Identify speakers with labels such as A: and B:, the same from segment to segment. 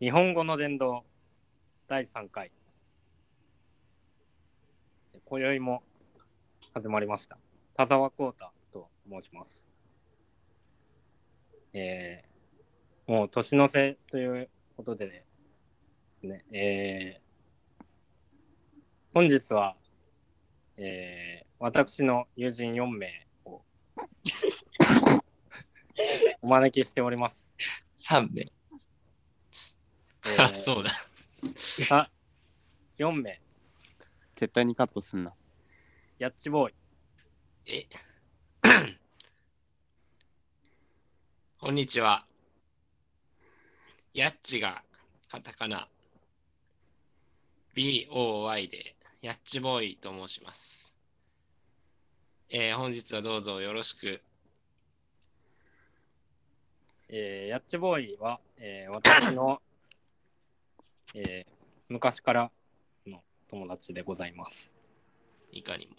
A: 日本語の伝道第3回今宵も始まりました田沢光太と申しますえー、もう年の瀬ということでですねえー、本日はえー、私の友人4名をお招きしております
B: 3名。
A: えー
B: あ、そうだ。
A: あ、4名、
C: 絶対にカットすんな。
A: ヤッチボーイ、
B: えこんにちは。やっちがカタカナ BOY でやっちボーイと申します。えー本日はどうぞよろしく。
A: えー、ヤッチボーイは、えー私の、えー昔からの友達でございます。
B: いかにも。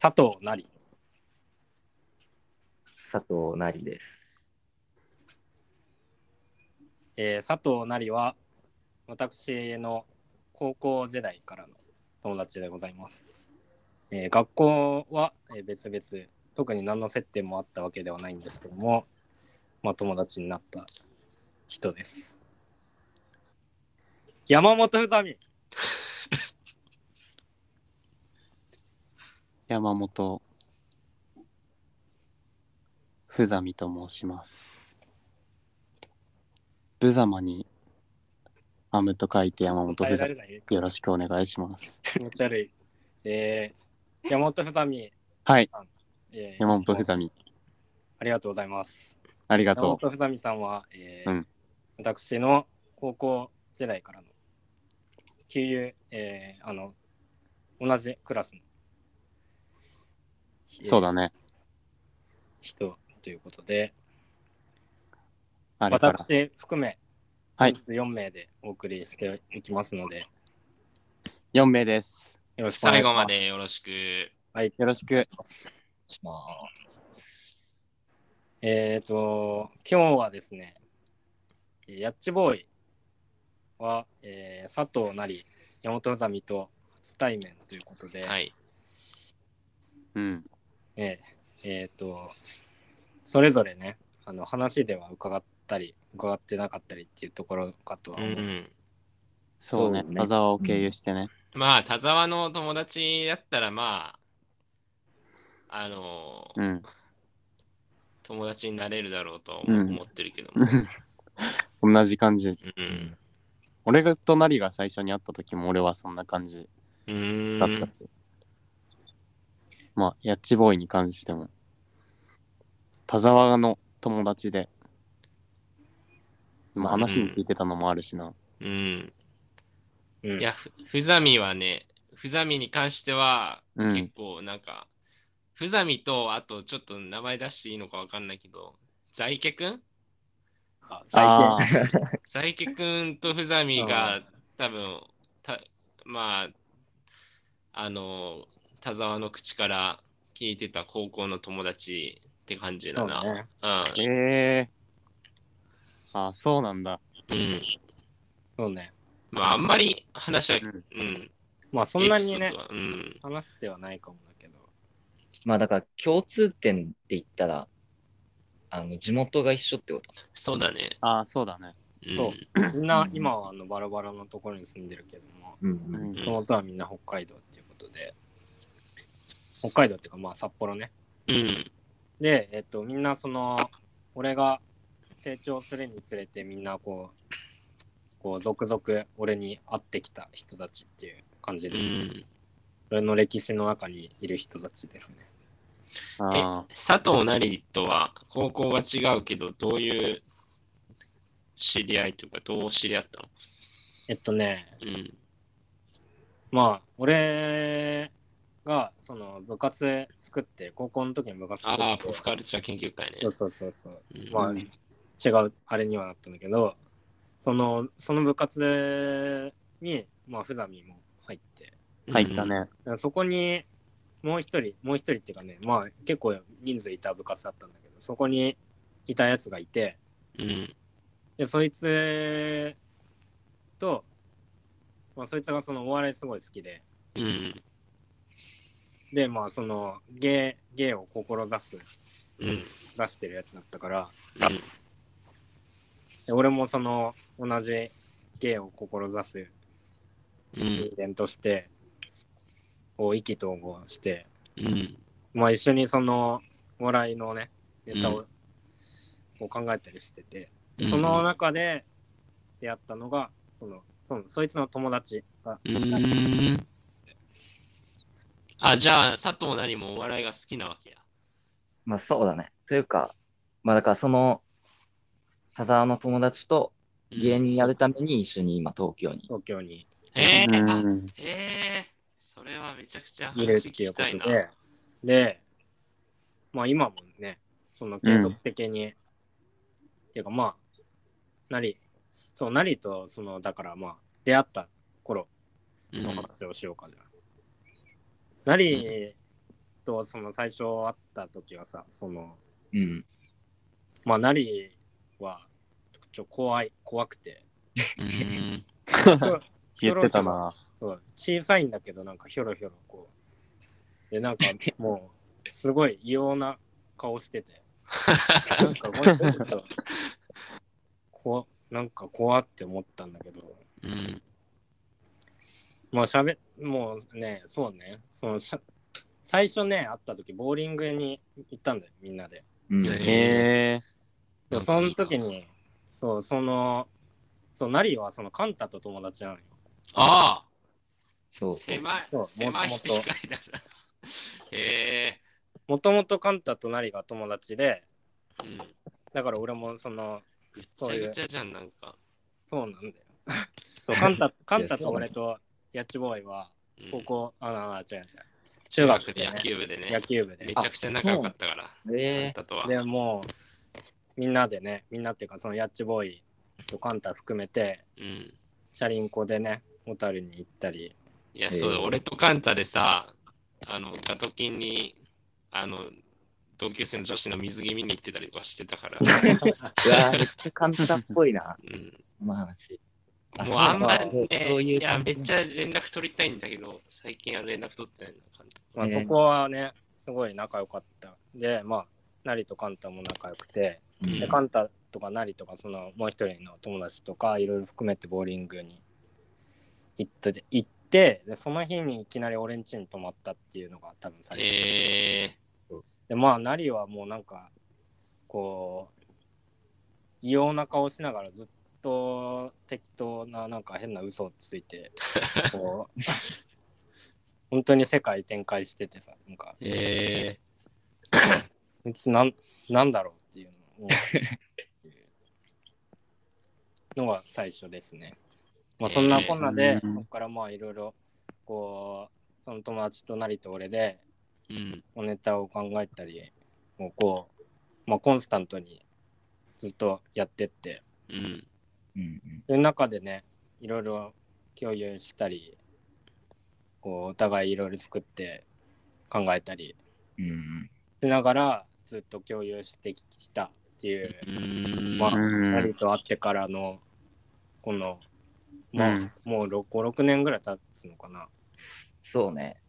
A: 佐藤なり、
D: 佐藤なりです。
A: えー佐藤なりは私の高校時代からの友達でございます。えー学校はえー別々、特に何の接点もあったわけではないんですけども、まあ、友達になった人です。山本宇佐美
C: 山本ふざみと申します。ぶざまにアムと書いて山本
A: 耐
C: ふ
A: え
C: ざ
A: られ
C: み。
A: ない
C: よろしくお願いします。
A: 気持ち悪い。えー、山本ふざみ、
C: はい、
A: えー
C: 山本ふざみ、
A: ありがとうございます。
C: ありが
A: 山
C: とう。
A: 本ふざみさんは、えー
C: うん
A: 私の高校時代からの旧友、えーあの、同じクラスの、えー
C: そうだね。
A: 人ということで、
C: あれから。
A: 私含め、
C: はい
A: 4名でお送りしていきますので、
C: 4名です。
A: よろしくお願い
B: 最
A: します。
B: 後までよろしく。
A: はい、
C: よろしく。
D: まあ、
A: えっ、ー、と、今日はですね、えーヤッチボーイは、えー佐藤なり、山本ざみと初対面ということで、
B: はい。
C: うん。
A: えーえーと、それぞれね、あの話では伺ったり、伺ってなかったりっていうところかとは
B: う
A: 思う、
B: ん。
C: そうね
D: そう。ね
C: 田沢を経由してね。
B: まあ、田沢の友達だったら、まあ、あのー
C: うん。
B: 友達になれるだろうとは
C: うん
B: 思ってるけども。
C: 同じ感じ。
B: うん。
C: 俺がとなりが最初に会った時も俺はそんな感じ
B: うー
C: だった
B: ん
C: し。まあ、ヤッチボーイに関しても、田沢の友達で、まあ、
B: うん
C: 話に聞いてたのもあるしな。
B: うん。
A: うん
B: いや、ふふざみはね、ふざみに関しては、
C: うん
B: 結構なんか、ふざみと、あとちょっと名前出していいのかわかんないけど、在家くん
A: あ
C: 最
A: 最近、
C: 近
B: 在家くんとふざみ
A: う
B: が、多分たまあ、あの、田沢の口から聞いてた高校の友達って感じだな。
A: そうね
B: う
C: ええああ、そうなんだ。
B: ん。うん。
A: そうね、
B: まあ、あんまり話は、
C: う
B: うんん。
A: まあそんなに
B: エピ
A: ね
B: ソー、ドはうん。
A: 話してはないかもだけど、
D: まあだから共通点で言ったら、あの、地元が一緒ってこと。
B: そうだね。
C: ああ、そうだね。
B: うん
A: そうみんな今はあのバラバラのところに住んでるけども、
D: う。
C: うんん。
A: もともとはみんな北海道っていうことで、北海道っていうか、まあ札幌ね。
B: うん。
A: で、えっと、みんなその、俺が成長するにつれて、みんなこう、こう、続々俺に会ってきた人たちっていう感じ
B: う
A: ですね。
B: ん、
A: 俺の歴史の中にいる人たちですね。
C: ああ、
B: 佐藤成とは高校が違うけど、どういう知り合いというか、どう知り合ったの
A: えっとね、
B: うん。
A: まあ、俺が、その、部活作って、高校の時に部活作って、
B: ああ、ポップカルチャー研究会ね
A: そう。そうそうそう。
B: うん
A: まあ、違うあれにはなったんだけどそのその部活にまあふざみも入って
C: 入った。ね。
A: そこにもう一人もう一人っていうかねまあ結構人数いた部活だったんだけどそこにいたやつがいて
B: うん。
A: でで、そいつと、まあ、そいつがそのお笑いすごい好きで、
B: うん。
A: で、まあ、その芸、芸を志す、
B: うん。
A: 出してるやつだったから、
B: うん。
A: で俺もその、同じ芸を志す
B: うん
A: 人。間として、こう、意気投合して、
B: うん。
A: まあ、一緒にその、お笑いのね、ネタを、こう考えたりしてて、でその中で出会ったのが、その、そのそいつの友達が、
B: うーん。あ、じゃあ、佐藤なりもお笑いが好きなわけや。
D: まあそうだね。というか、まあだからその、田沢の友達と芸人やるために一緒に今東京に。
A: 東京に
B: へえ
C: う
B: あ
C: ん
B: へえそれはめちゃくちゃ
A: いるっ
B: 話聞
A: ていう
B: き
A: こ
B: たい
A: と
B: な。
A: で、で、まあ今もね、その継続的に、っていうかまあ、なり、そう、なりと、その、だからまあ、出会った頃
B: うん
A: の話をしようかじゃあ。なりと、その最初会った時はさ、その、
D: うん。
A: まあ、なりは、ちょ、怖い、怖く て、
B: うん
C: 言ってたな。
A: そう、小さいんだけど、なんかひょろひょろこう。で、なんかもう、すごい異様な顔して て。なんかもうちょっと、こなんか怖って思ったんだけど、
B: うん
A: まあしゃべ、もうね、そうね、そのしゃ最初ね、会った時、ボーリングに行ったんだよ、みんなで。
D: うん。
B: いやいや
C: へえ。
A: で、その時に、そう、その、そう、ナリはそのカンタと友達なのよ。
B: あ
D: そ
B: あ
D: うそう。
B: 狭い
A: そう
B: 狭い
A: も
B: 世
A: とも
B: 界
A: と
B: だな。へえ
A: もともとカンタとナリが友達で、
B: うん
A: だから俺もその、
B: ぐっちゃぐちゃじゃん、なんか。
A: そうなんだよ。そう、カンタ、カンタと俺とヤッチボーイは、
B: うん
A: 高校、あ、あ、あ違う違う。中学
B: で
A: で、
B: 野
A: ね、
B: 球部でね
A: 野。球部で。
B: めちゃくちゃ仲良かったから。
D: え
B: あとは。
A: でもう、みんなでね、みんなっていうか、そのヤッチボーイとカンタ含めて、
B: うん。
A: チャリンコでね、小樽に行ったり、
B: いや、そうだ、俺とカンタでさ、あの、ガトキンに、あの、同級生の女子の水着見に行ってたりとかしてたから。
D: ー、うわーめっちゃ簡単っぽいな、
B: うん
D: この話。
B: もうあんまり
D: そう
B: ね、
D: そういう
B: いや、
D: 感
B: め
D: じ
B: っちゃ連絡取りたいんだけど、最近は連絡取ってないのか
A: まあ、
D: ね
A: そこはね、すごい仲良かった。で、まあ、ナリとカンタも仲良くて、
B: うん
A: でカンタとかナリとか、そのもう一人の友達とか、いろいろ含めてボーリングに行って、行ってでその日にいきなり俺ん家に泊まったっていうのが多分最初。
B: え
A: で、まあ、ナリはもうなんか、こう、異様な顔しながらずっと適当な、なんか変な嘘をついて、こう、本当に世界展開しててさ、なんか、
B: ー、え
A: こいつなんなんだろうっていうのをのが最初ですね。まあ、そんなこんなで、
C: えー
A: そこからまあいろいろこうその友達となりと俺で
B: ー、うん。
A: おネタを考えたりもうこう、まあ、コンスタントにずっとやってって
B: うん。
D: うん
A: その中でねいろいろ共有したりこうお互いいろいろ作って考えたり
D: うん。うん
A: しながらずっと共有してきたっていう。
B: うーん。
A: まあ
C: うん
A: ナリと会ってからの、この、まあ、
C: うん
A: もう6、6年ぐらい経つのかな。
D: そうね。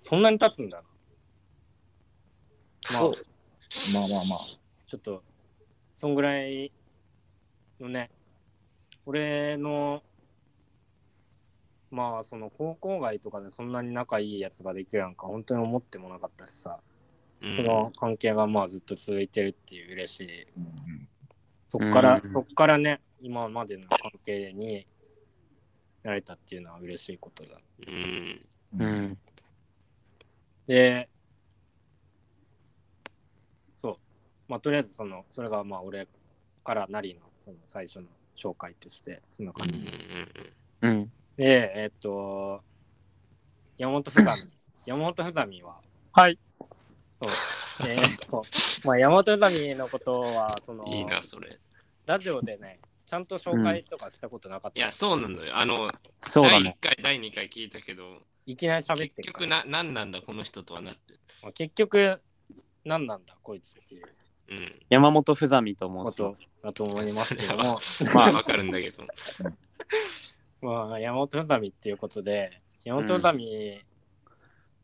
A: そんなに経つんだな。ま
D: そ
A: あ
D: う、。まあまあまあ。
A: ちょっと、そんぐらいのね、俺の、まあ、その高校外とかでそんなに仲いいやつができるなんか、本当に思ってもなかったしさ、
B: うん
A: その関係がまあずっと続いてるっていう嬉しい
D: うんうん
A: そっから、
C: うん
A: そっからね、今までの関係になれたっていうのは嬉しいことだ。
B: うん。
C: う
D: うん
C: ん。
A: で、そう。まあ、とりあえず、その、それがまあ、俺からなりの、その最初の紹介として、そんな
B: う
A: 感
B: ん
A: じ。
C: うん。
A: で、えっと、山本ふざみ。山本ふざみは、
C: はい。
A: えっと、まあ、山本ふざみのことは、その、
B: いいな、それ。
A: ラジオでね、ちゃんと紹介とかしたことなかった。
B: いや、そうなのよ。あの、
C: そうだ
B: 第
C: ね
B: 1。回、第2回聞いたけど、
A: いきなり喋っ
B: 結
A: てるから
B: 局な、何なんだ、この人とはなって。
A: まあ結局、何なんだ、こいつっていう。
B: うん。
C: 山本ふざみと
A: こ
C: 申し
A: とだ
C: ま。
A: と思いますけど
B: いや
A: も、
B: まあわかるんだけど。
A: まあ、山本宇佐美っていうことで、山本宇佐美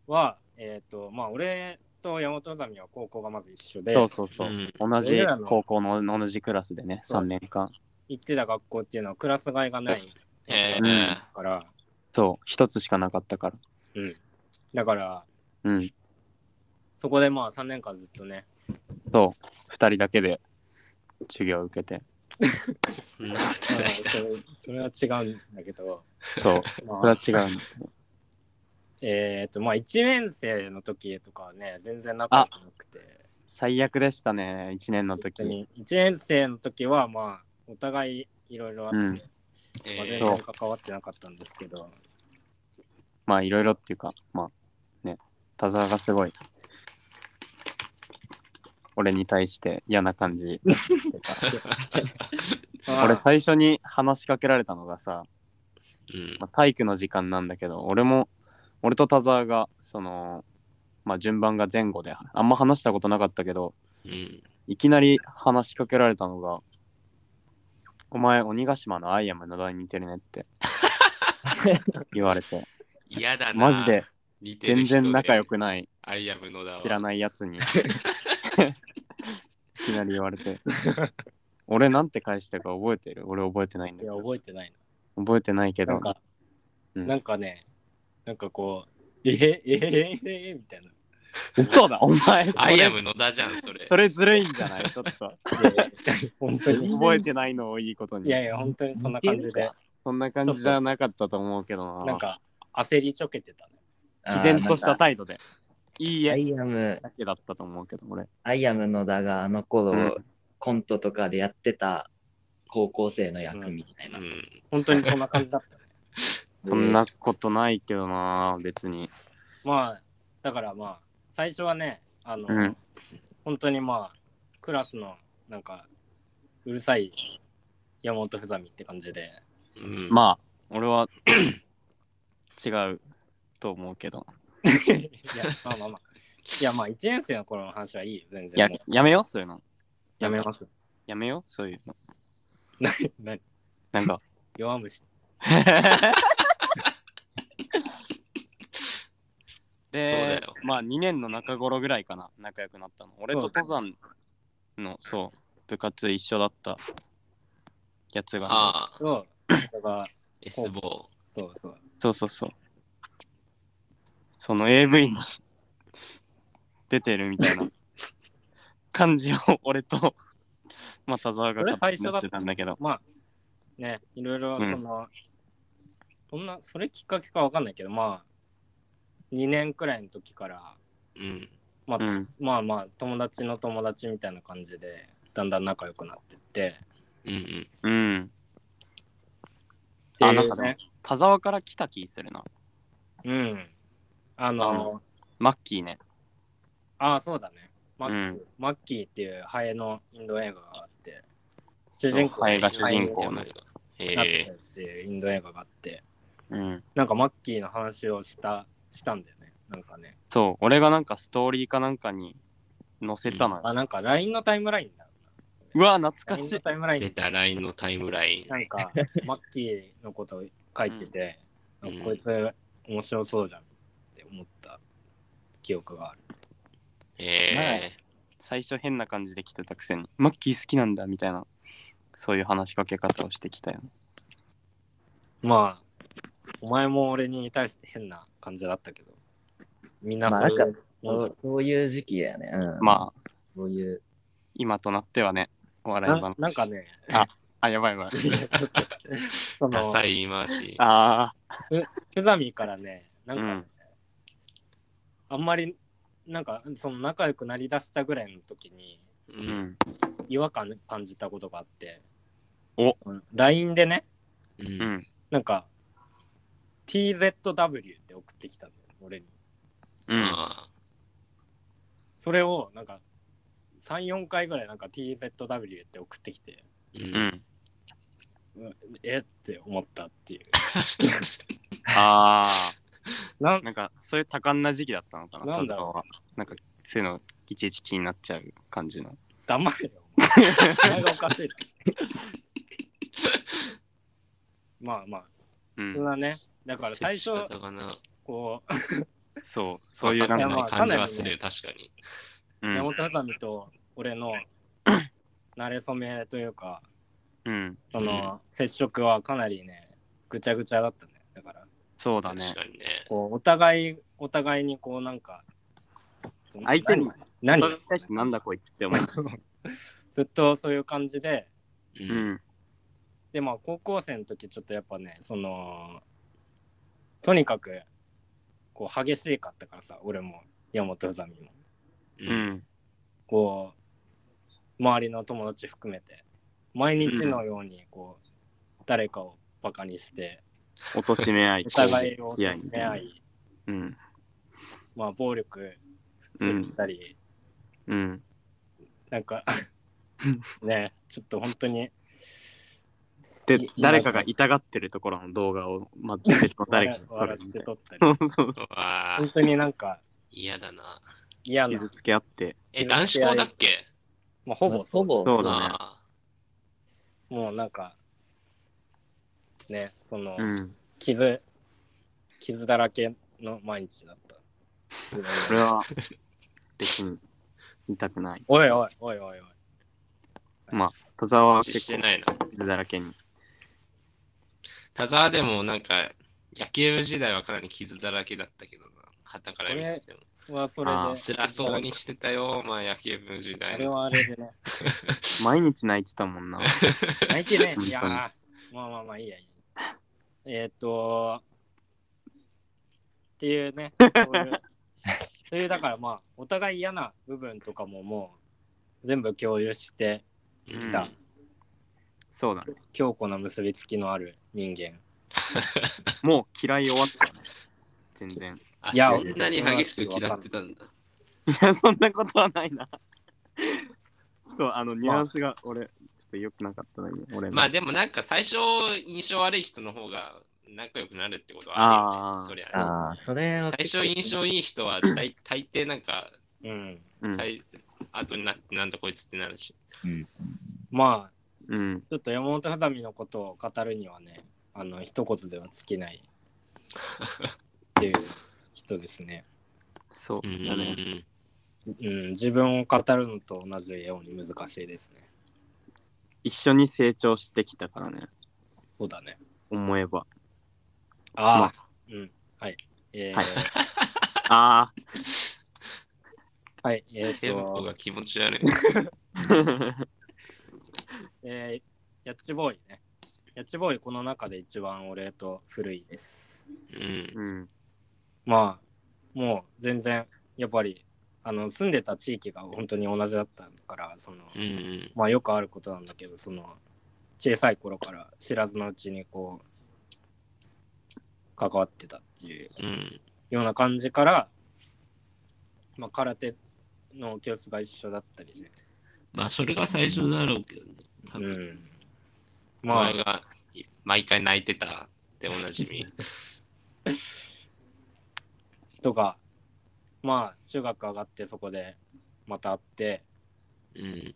A: は、えっ、と、まあ、俺と山本宇佐美は高校がまず一緒です
C: そうそうそうう。
B: ん。
C: 同じ
A: 俺らの
C: 高校の同じクラスでね、
A: そう
C: 3年間。
A: 行ってた学校っていうのはクラス替えがない
B: え
C: うん
B: ー、
A: から、
C: そう、一つしかなかったから。
A: だから、
C: うん、
A: そこでまあ3年間ずっと ね、
C: そう、2人だけで授業を受けて。
B: そんなことないだ
A: それそれは違うんだけど、
C: そう、
A: まあ
C: それは違うんだけど。
A: えっ、と、まあ、1年生の時とかはね、全然仲良くなくて、
C: 最悪でしたね、1年の時
A: 本当に1年生の時は、まあ、お互いいろいろあって、
C: うん
A: まあ
B: え
A: 全
C: そう
A: 然関わってなかったんですけど、
C: まあ、いろいろっていうか、まあ、ね、田沢がすごい。俺に対して嫌な感じ。
A: まあ
C: 俺最初に話しかけられたのがさ、
B: うん
C: まあ、体育の時間なんだけど俺も俺と田沢がそのまあ順番が前後であんま話したことなかったけど
B: うん。
C: いきなり話しかけられたのが「お前鬼ヶ島のアイアムの題に似てるね」って言われて
B: 嫌 だな。
C: マジで
B: 似てる
C: 全
B: 人で。
C: 然仲良くない
B: アイアムのだわ。
C: 知らない やつにいきなり言われて俺なんて返したか覚えてる俺覚えてないんだ
A: い
C: け
A: や、
C: ど
A: 覚えてない
C: 覚えてないけ
A: な。な
C: ど
A: んか、
C: うん
A: なんかね、なんかこう、えへえへえへえみたいな。
C: 嘘だお前そ
B: アイア
C: れ
B: ムのだじゃん、それ。
C: それずるいんじゃないちょっと
A: 本当に。
C: 覚えてないのをいいことに
A: いやいや、本当にそんな感じで、
C: そんな感じじゃなかったと思うけどな
A: なんか焦りちょけてたね。
C: 毅然とした態度でいい
D: ア
C: え
D: イアム、
C: だけだったと思うけど俺
D: アイアムのだがあの頃、
C: うん
D: コントとかでやってた高校生の役みたいうな。
B: ん。
A: 本当にそんな感じだ ったね。
C: そんなことないけどな別に
A: まあ、だからまあ、最初はね、あの、
C: うん
A: 本当にまあ、クラスのなんか、うるさい山本ふざみって感じで、
B: うん、
C: まあ俺は違うと思うけど
A: いや、まあまあまあ。いや、まあ、1年生の頃の話はいいよ、全
C: い
A: 然。
C: や
A: もう
C: やめようそういうの
A: やめます。
C: やめようそういうの
A: 何
C: なんか
A: 弱虫。
B: そうだ
C: で
B: よ
C: まあ2年の中頃ぐらいかな仲良くなったの俺と
A: そうだ
C: 登山のそう部活一緒だったやつが、
B: ああ、
A: そう。だから、
B: S ボ
A: そうそう。
C: そうそうそう。その AV に出てるみたいな感じを俺と、まあ、田沢が
A: 俺最初だ
C: や
A: っ
C: ったてたんだけど、
A: まあ、ね、いろいろ、
C: うん
A: その、そんな、それきっかけかわかんないけど、まあ、2年くらいの時から、
B: ー。うん。
A: まあ、
C: うん、
A: まあまあ、友達の友達みたいな感じで、だんだん仲良くなってって、
B: うんうん。
C: うん。
A: ってい
C: あ
A: う
C: なんかね田沢から来た気するな。
A: うん。あの、
C: マッキーね。
A: ああ、そうだね。マッキー、
C: う
A: マッキーっていうハエのインド映画があって、主人公
C: ハエが主人公の
B: ハエが主人公の
A: ナッ
B: へ
A: ツっていうインド映画があって、
C: うん。
A: なんかマッキーの話をしたしたんだよね。なんかね。
C: そう、俺がなんかストーリーかなんかに載せたのよ。
A: あ、なんか LINE のタイムラインだ。
C: うわ、懐か
A: LINE
C: し
A: の
C: い。
A: タイムライ
B: え。
A: ン
B: 出
A: に
B: た LINE のタイムライン。
A: なんかマッキーのことを書いてて、
B: うん
A: なんかこいつ面白そうじゃんって思った記憶がある。
B: え
C: 最初変な感じで来てたくせに、マッキー好きなんだみたいな、そういう話しかけ方をしてきたよね。
A: まあ、お前も俺に対して変な感じだったけど、みんな
D: まあ
A: そういうもん
D: そ
A: だ
D: うそういう時期だよね。うん、あ、
C: まあ、
D: そういう。
C: 今となってはね、笑い
A: な
C: 話。
A: なんかね、
C: あ、やばいやばい。
A: そ
B: ー、ダ
A: の、
B: サい言い回し。
C: あ
A: フザミからね、な
C: あ、
A: んか、
C: うん。
A: あんまり、なんか、その仲良くなりだしたぐらいの時に、
B: う。
C: うんん。
A: 違和感感じたことがあって、
C: お
A: その LINE でね、
B: う。
C: うんん。
A: なんか、TZW って送ってきたんだよ、俺に。
C: うん。
B: あ
A: それを、なんか、3、4回ぐらい、なんか TZW って送ってきて、
B: ーう。
C: うん ん。
A: うえって思ったっていう。
C: あ
A: なん
C: あ、なんか、そういう多感な時期だったのかな、
A: なんだ
C: 田沢は。なんか、そういうの、いちいち気になっちゃう感じの。
A: 黙れよ。 お前お前がおかしい。まあまあ、
C: う
A: それ
C: ん、
A: はね、だから最初
B: 接、し方がな
A: こ
C: そ
B: そ
C: う、そうう
B: い
C: いうう
B: な
C: なんん
B: か
A: いやま
C: か
A: あ
B: 感じはするよ、確かに。
C: う
A: う、山本
C: ん、
A: ハサミと俺の慣れ初めというか、
C: うん、
A: その接触はかなりね、ぐちゃぐちゃだったね。だから、
C: そうだ
B: 確
C: ね。
B: かにね。
A: こう、お互い、お互いにこう、なんか、
C: 相手に、
A: 何
C: 人に対してなんだこいつって思う。
A: ずっとそういう感じで、
B: う。
C: うんん、
A: でまあ高校生の時ちょっとやっぱねそのとにかくこう激しかったからさ俺も山本ふざみも
B: う。
C: うんん、
A: こう周りの友達含めて毎日のようにこう、誰かをバカにして
C: 貶としめ 合い、
A: お互いを
C: 試合
A: 止
C: み
A: め
C: たい
A: 合
C: な。
A: い、
C: うん、
A: まあ、暴力
C: う
A: 振る
C: ん
A: し、たり、
C: うん、
A: なんか ねちょっと本当に
C: で
A: い、
C: 誰かが痛がってるところの動画を、まあ、別の誰か
A: 笑
C: が撮る
A: 笑っ
C: みた
A: て
C: いな。
A: 撮った
C: そ
A: り
C: うそう
B: うわ
A: 本
B: ー
A: 当になんか
B: 嫌だな。
A: 嫌な
C: 傷、つけ合って。
B: え、男子校だっけ
A: まあ、ほぼ
D: ほぼ
C: そうだね
B: あ
A: もうなんかねその、
C: うん、
A: 傷傷だらけの毎日だった
C: それは、別に痛くない。
A: おいおいおいおいおい
C: 田沢
B: あ、
C: は
B: し
C: 結
B: て
C: 構
B: ないな。
C: 傷だらけに。
B: 田沢でもなんか、野球部時代はかなり傷だらけだったけどな。旗から見てても。
A: 俺はそれ
C: あ
A: で
C: ー
B: 辛そうにしてたよ、まあ野球部時
A: あ
B: 代
A: れ。はあれで ね
C: 毎日泣いてたもんな。
A: 泣いてね
C: 本当に
A: いやーまあまあまあいいやいいやえーっとっていうねそう いうそういうだからまあお互い嫌な部分とかももう全部共有して
B: うん
A: きた
C: うんそうだね。
A: 強固な結びつきのある人間
C: もう嫌い終わったよね。全然。
B: あ
A: いや
B: そんなに激しく嫌ってたんだ。
C: いや、そんなことはないな。ちょっとあの、ニュアンスが俺、ちょっと良くなかったな、今俺の。
B: まあでもなんか最初印象悪い人の方が仲良くなるってことはあるよね。
C: あー
B: そりゃね
D: ああ、それは
B: 最
D: 結構。
B: 初印象いい人は大大抵なんか
A: うん
C: うん、
B: 最後になってなんだこいつってなるし。
D: うん。
A: まあ
C: うん。
A: ちょっと山本ハサミのことを語るにはね、あの一言では尽きないっていう人ですね。
C: そう
B: う
C: だね。
B: ん
A: うん、自分を語るのと同じように難しいですね。
C: 一緒に成長してきたからね、
A: そうだね。
C: 思え ば。
A: ああ、
C: まあ
A: うん。はい。えー、
C: は
A: はいい、
C: あ
A: えー
B: テンポ
A: と
B: が、気持ち悪い。
C: あ。
A: えー、ヤッチボーイね。ヤッチボーイ、この中で一番俺と古いです。
B: うん。
C: うん。
A: まあ、もう全然、やっぱり、あの住んでた地域が本当に同じだったから、その、
B: うんうん。
A: まあよくあることなんだけどその小さい頃から知らずのうちにこう関わってたっていう
B: うん。
A: ような感じから、まあ、空手の教室が一緒だったりね、
B: まあそれが最初だろうけどね。多
A: う
B: 分。
A: ん、
B: ま
A: まあ
B: が毎回泣いてたっておなじみ。
A: とかまあ中学上がってそこでまた会って
B: うん。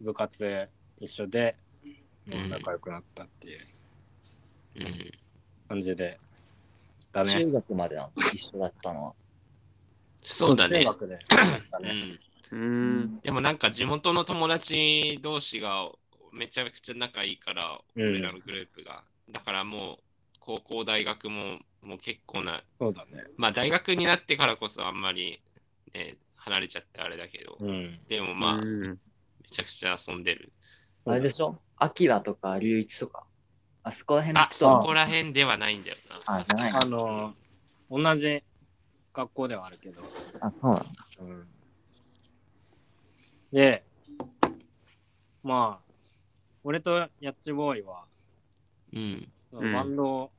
A: 部活一緒でもう
B: うん
A: 仲良くなったっていう
B: うん。
A: 感じで、だね
D: 中学までなの一緒だったのは。
B: そうだ
A: 中
B: ね。
A: 学でだ
B: う
A: ね
B: ん。
C: うーん。
B: でもなんか地元の友達同士がめちゃくちゃ仲いいから、
A: うん
B: 俺らのグループが。だからもう高校、大学ももう結構な、
A: そうだね
B: まあ大学になってからこそあんまり、ね、離れちゃってあれだけど、
A: うん
B: でもまあ、め
C: うん
B: ちゃくちゃ遊んでる。
A: そう
D: あ
A: だ
D: れ
A: ね
D: でしょアキラとか龍一とか。あそこら辺の
B: あ、
D: 人
B: そ
D: は
B: こら辺ではないんだよな。
D: あ、じゃないの
A: あの同じ学校ではあるけど、
D: あ、そうなんだ。
A: うん、でまあ俺とヤッチボーイは
B: うん。
C: うん
A: バンドを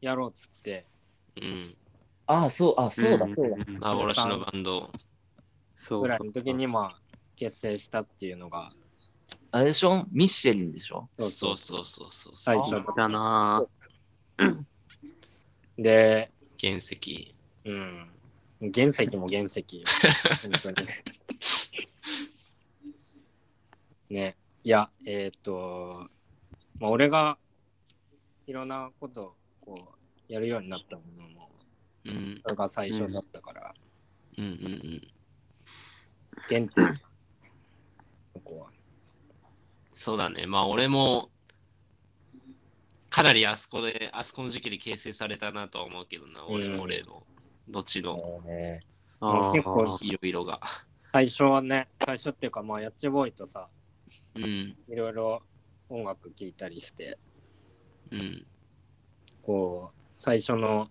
A: やろうっつって、
B: うん。
D: あ、そう、あ、そうだ、
C: ん
D: そうだ。
C: ん
B: 幻のバンド。
C: そう
A: ぐらい
C: そう
A: の時にまあ結成したっていうのが
D: あれでしょミッシェリンでしょ
B: そうそうそうそう。
A: はい
B: そう
A: なんか
C: だな
A: で、
B: 原石。
A: うん、原石も原石本当にね、いや、えーっと、まあ、俺がいろんなことをこうやるようになったものも、
B: うん
A: それが最初だったから、
B: うんうん
A: 原点、そこは。
B: そうだねまあ俺もかなりあそこであそこの時期で形成されたなとは思うけどな
A: う
B: 俺
A: ん
B: も俺の後の
A: もうね、
C: あ
A: 結構
B: いろいろが
A: 最初はね、最初っていうか、まあ、やっちボーイとさ、
B: うん
A: いろいろ音楽聴いたりして、
B: うん
A: こう、最初の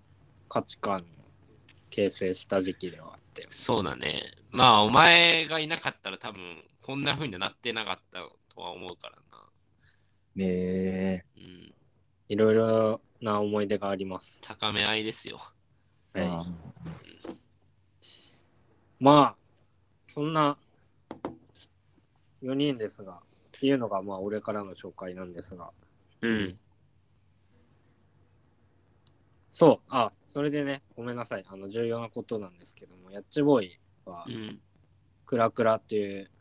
A: 価値観を形成した時期ではあって、
B: そうだねまあお前がいなかったら多分こんな風にはなってなかったとは思うからな
D: え
B: うん
A: いろいろな思い出があります。
B: 高め合いですよ
D: ー、
A: はい
D: あー
A: まあ、そんな4人ですが、っていうのがまあ俺からの紹介なんですが、
C: うん。
A: そう、あ、それでね、ごめんなさい、あの重要なことなんですけども、ヤッチボーイは
B: うん
A: クラクラっていう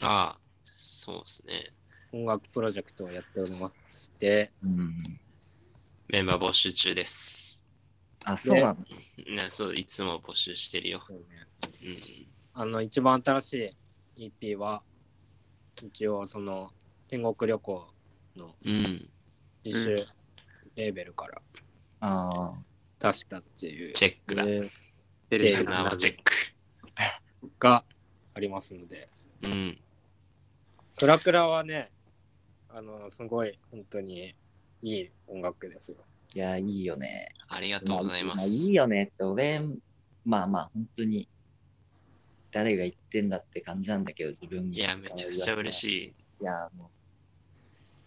B: ああそうですね
A: 音楽プロジェクトをやっておりまして、
D: うん。
B: メンバー募集中です
D: あ、そうなんだ。
B: ね、そう、いつも募集してるよ。
A: そうね
B: うん。
A: あの一番新しい EP は、一応その天国旅行の
B: うん。
A: 自
C: う
A: 主
C: ん
A: レーベルから
D: あ
A: 出したっていう、
B: チェックだ。
A: えー
C: テ
A: レ
B: リ
A: ビ
B: ス
A: の
B: ナーはチェック。
A: がありますので、
B: うん。
A: クラクラはね、あの、すごい、本当にいい音楽ですよ。
D: ーいや、いいよね。
B: ありがとうございま
D: あ
B: す。
D: あいいよねって、俺、まあまあ、本当に、誰が言ってんだって感じなんだけど、自分
B: いや、めちゃくちゃ嬉し
D: い。
B: い。
D: いや、も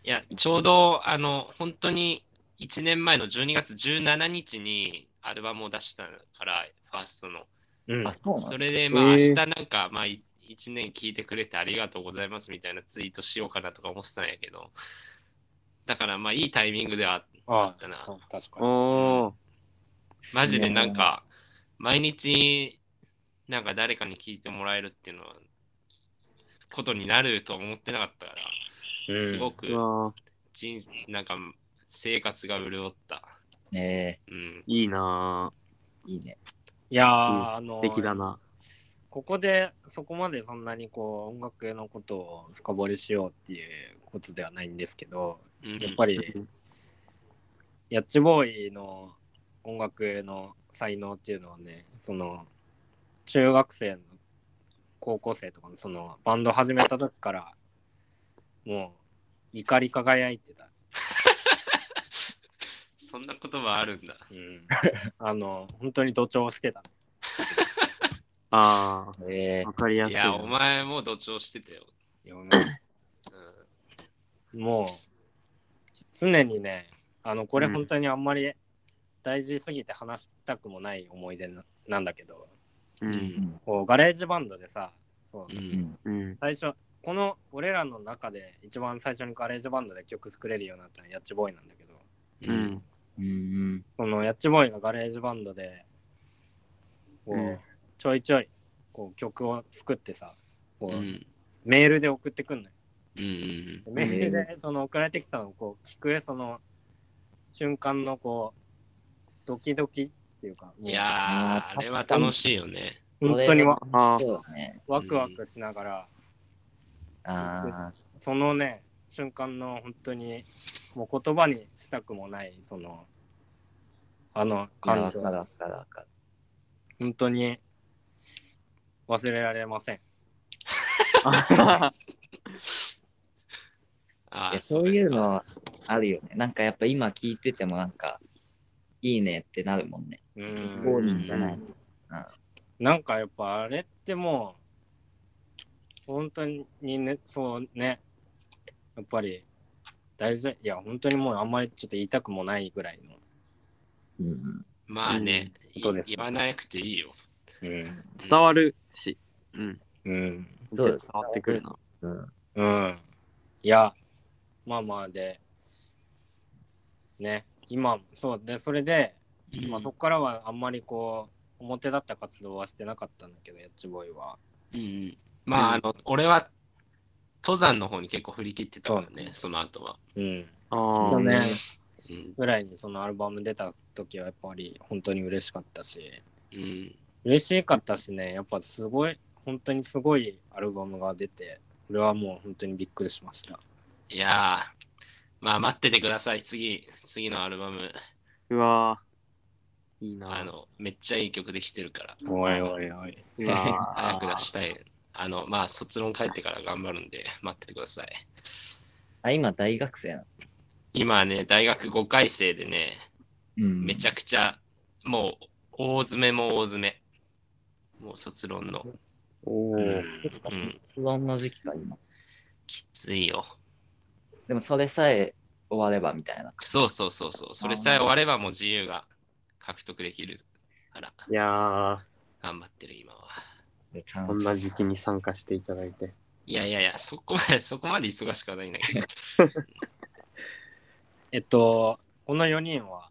B: いや、ちょうど、あの、本当に1年前の12月17日にアルバムを出したから、ファーストの。
A: う
D: う、
A: ん
D: あ、そうなんだ
B: そ。れで、まあ、
A: へ
B: 明
A: ー
B: 日なんか、まあ、1年聞いてくれてありがとうございますみたいなツイートしようかなとか思ってたんやけど、だから、まあ、いいタイミングではあ
A: あ
B: ったな。
A: 確かに。
C: おー。
B: マジでなんか、毎日、なんか誰かに聞いてもらえるっていうのは、ことになると思ってなかったから、すごく
C: うわー
B: 人、なんか、生活が潤った。
D: ね
B: うん。
C: いいなー
D: え、いいね。
A: いやー、あの
C: 素、敵だな。
A: ここでそこまでそんなにこう、音楽のことを深掘りしようっていうことではないんですけど、
B: うん
A: やっぱり、ヤッチボーイの音楽の才能っていうのはね、その、中学生の高校生とかのそのバンド始めた時からもう怒り輝いてた
B: そんな言葉あるんだ。
A: うん、あの本当に同調してた。
C: あ
A: え
C: あ、わかりやす
B: い
C: い。
B: や、お前も同調してたよ。
A: もう常にねあのこれ本当にあんまり大事すぎて話したくもない思い出ななんだけど
C: う。
B: うん。うんん。
A: こうガレージバンドでさそう
B: う。
D: うんん。
C: うん。
A: 最初この俺らの中で一番最初にガレージバンドで曲作れるようになったのはヤッチボーイなんだけど
B: う
C: うんん。
D: うん。
A: そのヤッチボーイがガレージバンドでこう、
C: うん
A: ちょいちょいこう曲を作ってさこう、
B: うん。
A: メールで送ってくんのよ
B: うん。
A: メールでその送られてきたのをこう聞くその瞬間のこうドキドキっていうかもう
B: いやー、あれは楽しいよね。
A: 本当にわ
C: あー
D: そうだね。
A: ワクワクしながら、
D: ああ、
A: そのね瞬間の本当にもう言葉にしたくもないそのあの
D: いや
A: 感
D: わ
A: 情
D: かるわかるわかる。
A: 本当に忘れられません
B: あ
D: い
B: あ
D: や、そういうのあるよね。なんかやっぱ今聞いててもなんか、いいねってなるもんね。
A: う
D: こうんいうんじゃない。
A: なんかやっぱあれってもう本当にねそうねやっぱり大事いや本当にもうあんまりちょっと言いたくもないぐらいの、
D: うん。
B: まあね、い
A: ことですね
B: 言わなくていいよ。
A: うん
C: 伝わるし。うん。
A: うん
D: そう
C: 伝
D: です
C: わってくるな。
D: うん。
A: うん、いやまあまあでね今そうでそれで、まあ、そこからはあんまりこう表だった活動はしてなかったんだけどやっちボーイは
B: まあ、あの、俺は登山の方に結構振り切ってたからね、その後は。
A: うん。
C: あ
A: 去
C: あ、
A: 年
B: うん。
A: ぐらいにそのアルバム出た時はやっぱり本当に嬉しかったし、
B: うん。
A: 嬉しかったしね、やっぱすごい、本当にすごいアルバムが出て、これはもう本当にびっくりしました。
B: いやー、まあ待っててください、次、次のアルバム。
C: うわーいいな。
B: あの、めっちゃいい曲できてるから。
A: おいおいおい。
C: うわー
B: 早く出したい。あの、まあ、卒論帰ってから頑張るんで、待っててください。
D: あ、今大学生な
B: 今ね、大学5回生でね、
D: の。うん
B: めち
D: ゃ。
B: ゃくちゃ、もう、大詰めも大詰め。もう卒論の。
C: お
A: う
C: ー
A: ん
D: 卒
B: うん
D: 論の時期か、今。
B: きついよ。
D: でもそれさえ終わればみたいな。
B: そうそうそうそう。それさえ終わればもう自由が獲得できるから、
C: いやー、
B: 頑張ってる今は。
C: こんな時期に参加していただいて。
B: いやいやいや、そこまで、そこまで忙しくはないんだけど。
A: えっと、この4人は、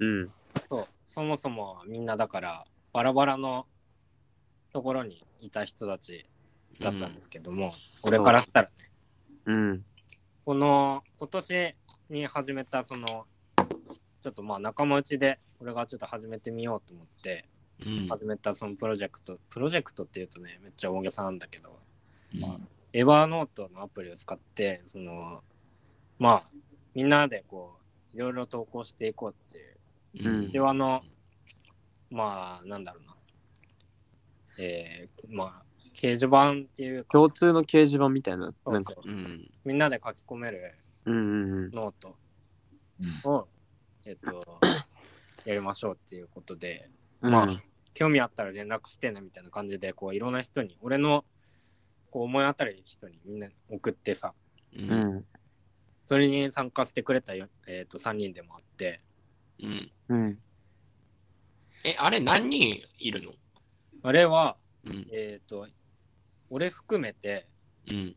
C: うん。
A: そうそもそもみんなだからバラバラのところにいた人たちだったんですけども、俺からしたら
C: うん。
A: この今年に始めたそのちょっとまあ仲間内で俺がちょっと始めてみようと思って
B: うん。
A: 始めたそのプロジェクトプロジェクトっていうとねめっちゃ大げさなんだけど
D: まあ、
A: エバーノートのアプリを使ってそのまあみんなでこういろいろ投稿していこうっていう
C: うん
A: ではあの、まあ、なんだろうな。えー、まあ、掲示板っていうか、
C: 共通の掲示板みたいな、
A: そう
C: なん
A: そ
C: か
A: う。
B: うん。
A: みんなで書き込める
C: うんうんうん。
A: ノート
D: う
A: を、えっと、やりましょうっていうことで、
C: まあ、
A: 興味あったら連絡してねみたいな感じで、こう、いろんな人に、俺のこう思い当たる人にみんな送ってさ、
B: う。
C: うんん。
A: それに参加してくれたよ、えっと3人でもあって、
B: うん。
C: うん。
B: え、あれ何人いるの
A: あれは、
B: うん。
A: えっ、と、俺含めて
B: うん。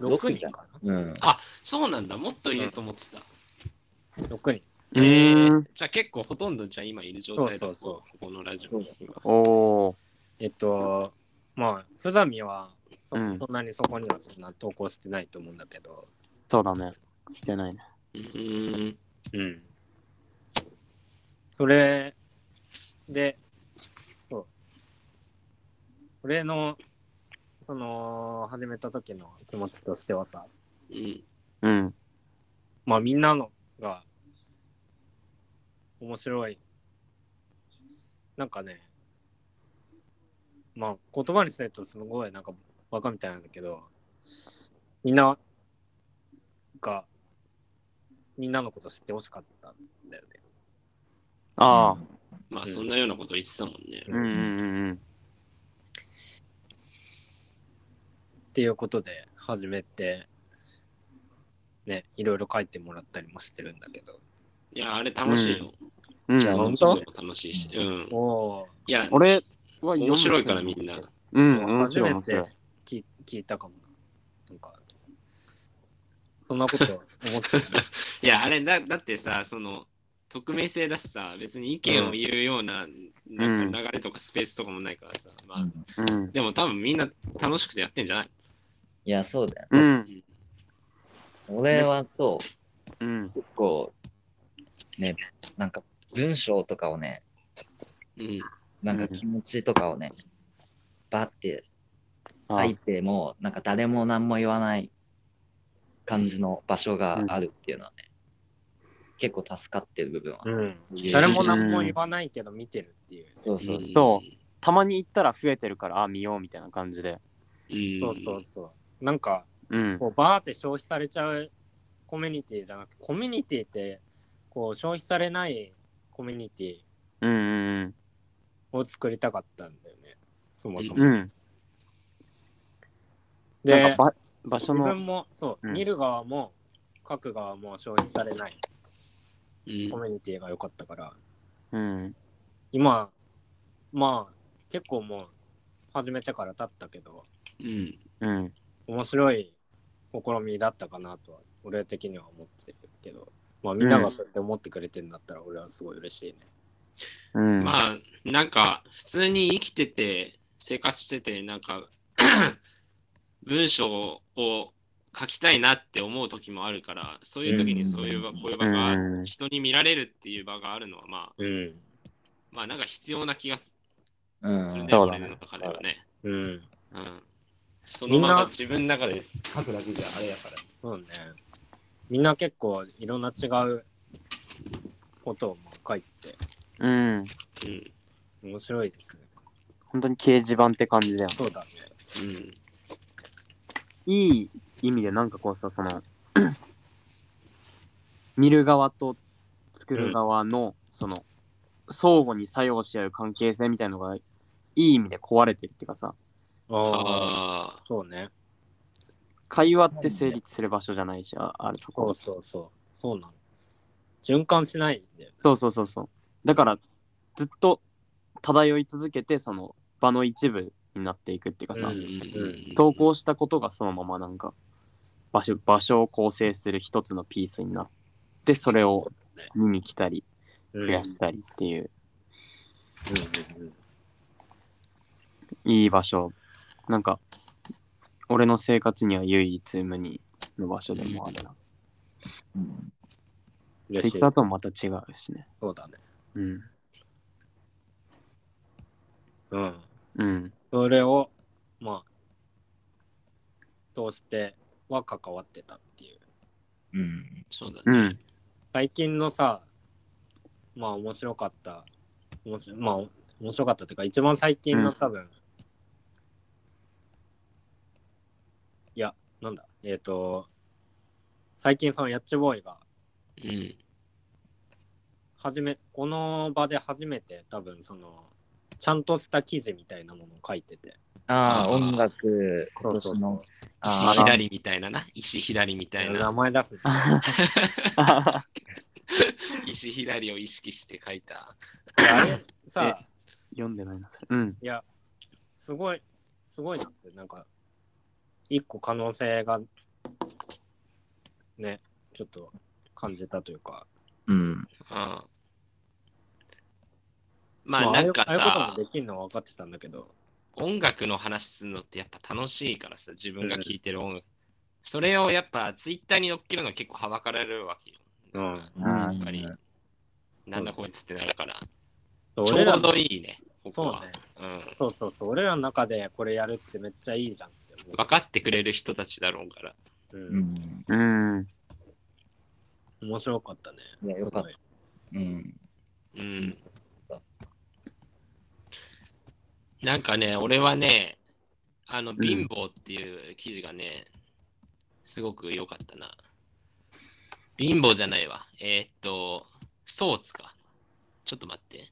A: 6人か
D: うん。
B: あ、そうなんだ。もっといると思ってた。
A: な ?6 人。
C: う
B: え
C: ー
B: ー
C: ん。
B: じゃあ結構ほとんどじゃあ今いる状態だ
A: そうそうそう
B: ここのラジオに。
C: おー。
A: えっと、まあ、ふざみはそ,、
C: うん
A: ん、なにそこにはそんな投稿してないと思うんだけど、
C: そうだね。してないね。
B: うん。
A: うん。それで、そう。俺の、その、始めた時の気持ちとしてはさ、
B: うん。
C: うん。
A: まあ、みんなのが、面白い。なんかね、まあ、言葉にするとすごい、なんか、バカみたいなんだけど、みんなが、みんなのこと知ってほしかったんだよね。
C: ああ。
B: ま
A: う
B: あ
A: ん
B: そんなようなこと言ってたもんね。
C: うんうんうん
A: っていうことで、始めて、ね、いろいろ書いてもらったりもしてるんだけど。
B: いや、あれ楽しいよ。
C: うん。
A: じゃあ
C: うん
A: 本当
B: 楽しいし。うん。
A: おー、
B: いや、
C: 俺は
B: 面白いからみんな。
C: うん、
A: もう
C: 面
A: 初
C: 白い
A: め
C: 面白い
A: て。聞聞いたかもな。なんか、そんなこと思ってた。
B: いや、あれだ、だってさ、その、匿名性だしさ、別に意見を言うような、なんか流れとかスペースとかもないからさ、ま
D: う
B: あ、
D: ん
C: うん。
B: でも多分みんな楽しくてやってんじゃない
D: いや、そうだよ。
C: うん。
D: 俺はそ
C: う
D: う、
C: ん。
D: 結構、ね、なんか文章とかをね、
B: うん。
D: なんか気持ちとかをね、バって
C: あ
D: 書いても、なんか誰も何も言わない感じの場所があるっていうのはね、結構助かってる部分は。
A: うん
B: いや
A: 誰も何も言わないけど見てるっていう。
D: そうそう
B: うん
C: そたまに行ったら増えてるから、あ、見ようみたいな感じで。
B: うん。
A: そうそうそう。なんか、
C: うん。
A: こうバーって消費されちゃうコミュニティじゃなくて、コミュニティって、こう、消費されないコミュニティ
C: うんうん
A: を作りたかったんだよね。そもそ
C: うん。う
A: も。
C: ん。なん
A: で、
C: かば場所
A: 自
C: の
A: 分。も、そう、
C: うん
A: 見る側も、書く側も消費されない
B: うん
A: コミュニティが良かったから、
C: うん。
A: 今、まあ、結構もう、始めてから経ったけど、
B: うん。
C: うん。
A: 面白い試みだったかなとは俺的には思ってるけど、まあ、みんながそうやって思ってくれてるんだったら俺はすごい嬉しいね。
C: うん。
B: まあ、なんか、普通に生きてて、生活してて、なんか、 文章を書きたいなって思う時もあるから、そういう時にそういう場、こういう場が、
C: うん
B: 人に見られるっていう場があるのは、まあ、
A: うん。
B: まあなんか必要な気がす
D: うん
B: するね、
C: そうだ
B: 俺
C: ね
B: の中ではね。
A: うん。
B: うん。そ
A: み
B: の
A: んな
B: まま自分の中で書くだけじゃあれやから。
A: そうね。みんな結構いろんな違うことを書いてて、
C: うん。
B: うん。
A: 面白いですね。
C: 本当に掲示板って感じだよ。
A: そうだね。
B: うん。
C: いい意味でなんかこうさ、その、 見る側と作る側の、その、相互に作用し合う関係性みたいのが、いい意味で壊れてるっていうかさ、
A: ああ、
B: ああ。
A: そうね。
C: 会話って成立する場所じゃないし、ああれそ
A: そ
C: こ
A: う。そうそう。そうなの。循環しないんだよね。
C: そうそうそうそう。だから、ずっと漂い続けて、その場の一部になっていくっていうかさ、
A: うん
C: 投稿したことがそのままなんか場所場所を構成する一つのピースになってそれを見に来たり
A: うん
C: 増やしたりっていう
A: うんうん
C: いい場所なんか俺の生活には唯一無二の場所でもあるな
D: うん
A: 嬉
C: ツイ
A: し
C: ッ
A: い
C: ター。ともまた違うしね
A: そうだね。
C: うん
A: うん。
C: うん
A: それを、まあ、通しては関わってたっていう。
D: うん。
B: そうだ
C: う
B: ね。
C: ん
A: 最近のさ、まあ面白かった、面白まあ面白かったっていうか、一番最近の
C: うん
A: 多分、いや、なんだ、えっ、と、最近そのヤッチボーイが、
B: うん。
A: 初め、この場で初めて多分その、ちゃんとした記事みたいなものを書いてて、
D: ああ、
B: あー
D: 音楽、今
A: そうそう
D: 年
A: そう
D: の。
B: 石
D: あー
B: 左みたいなな。石左みたい
A: 名
B: な。
A: 前出すの。
B: 石左を意識して書いた。
A: あれさ、
C: 読んでないなそれうん
A: いや、すごい、すごいなって、なんか、一個可能性が、ね、ちょっと感じたというか、
D: うん。
B: うん。まあなんか
A: ああいうああいう
B: さ
A: ことも、できるのは分かってたんだけど、
B: 音楽の話するのってやっぱ楽しいからさ、自分が聴いてる音楽。それをやっぱツイッターに載っけるの結構はばかられるわけよ。
A: うん
D: あー
B: やっぱり、なんだこいつってなるから。ち
A: 俺
B: ょ
A: ら
B: うどいいね。ここ
A: そう
B: は
A: ね、
B: うん。
A: そうそうそう、俺らの中でこれやるってめっちゃいいじゃんって思
B: 分かってくれる人たちだろうから。
A: う。
D: う
A: うん、
D: ん。
C: うん
A: 面白かったね。
D: いやよかった
A: す
D: うん。
B: うん。なんかね、俺はね、あの、貧乏っていう記事がね、すごく良かったな。貧乏じゃないわ。えーっと、ソーツか。ちょっと待って。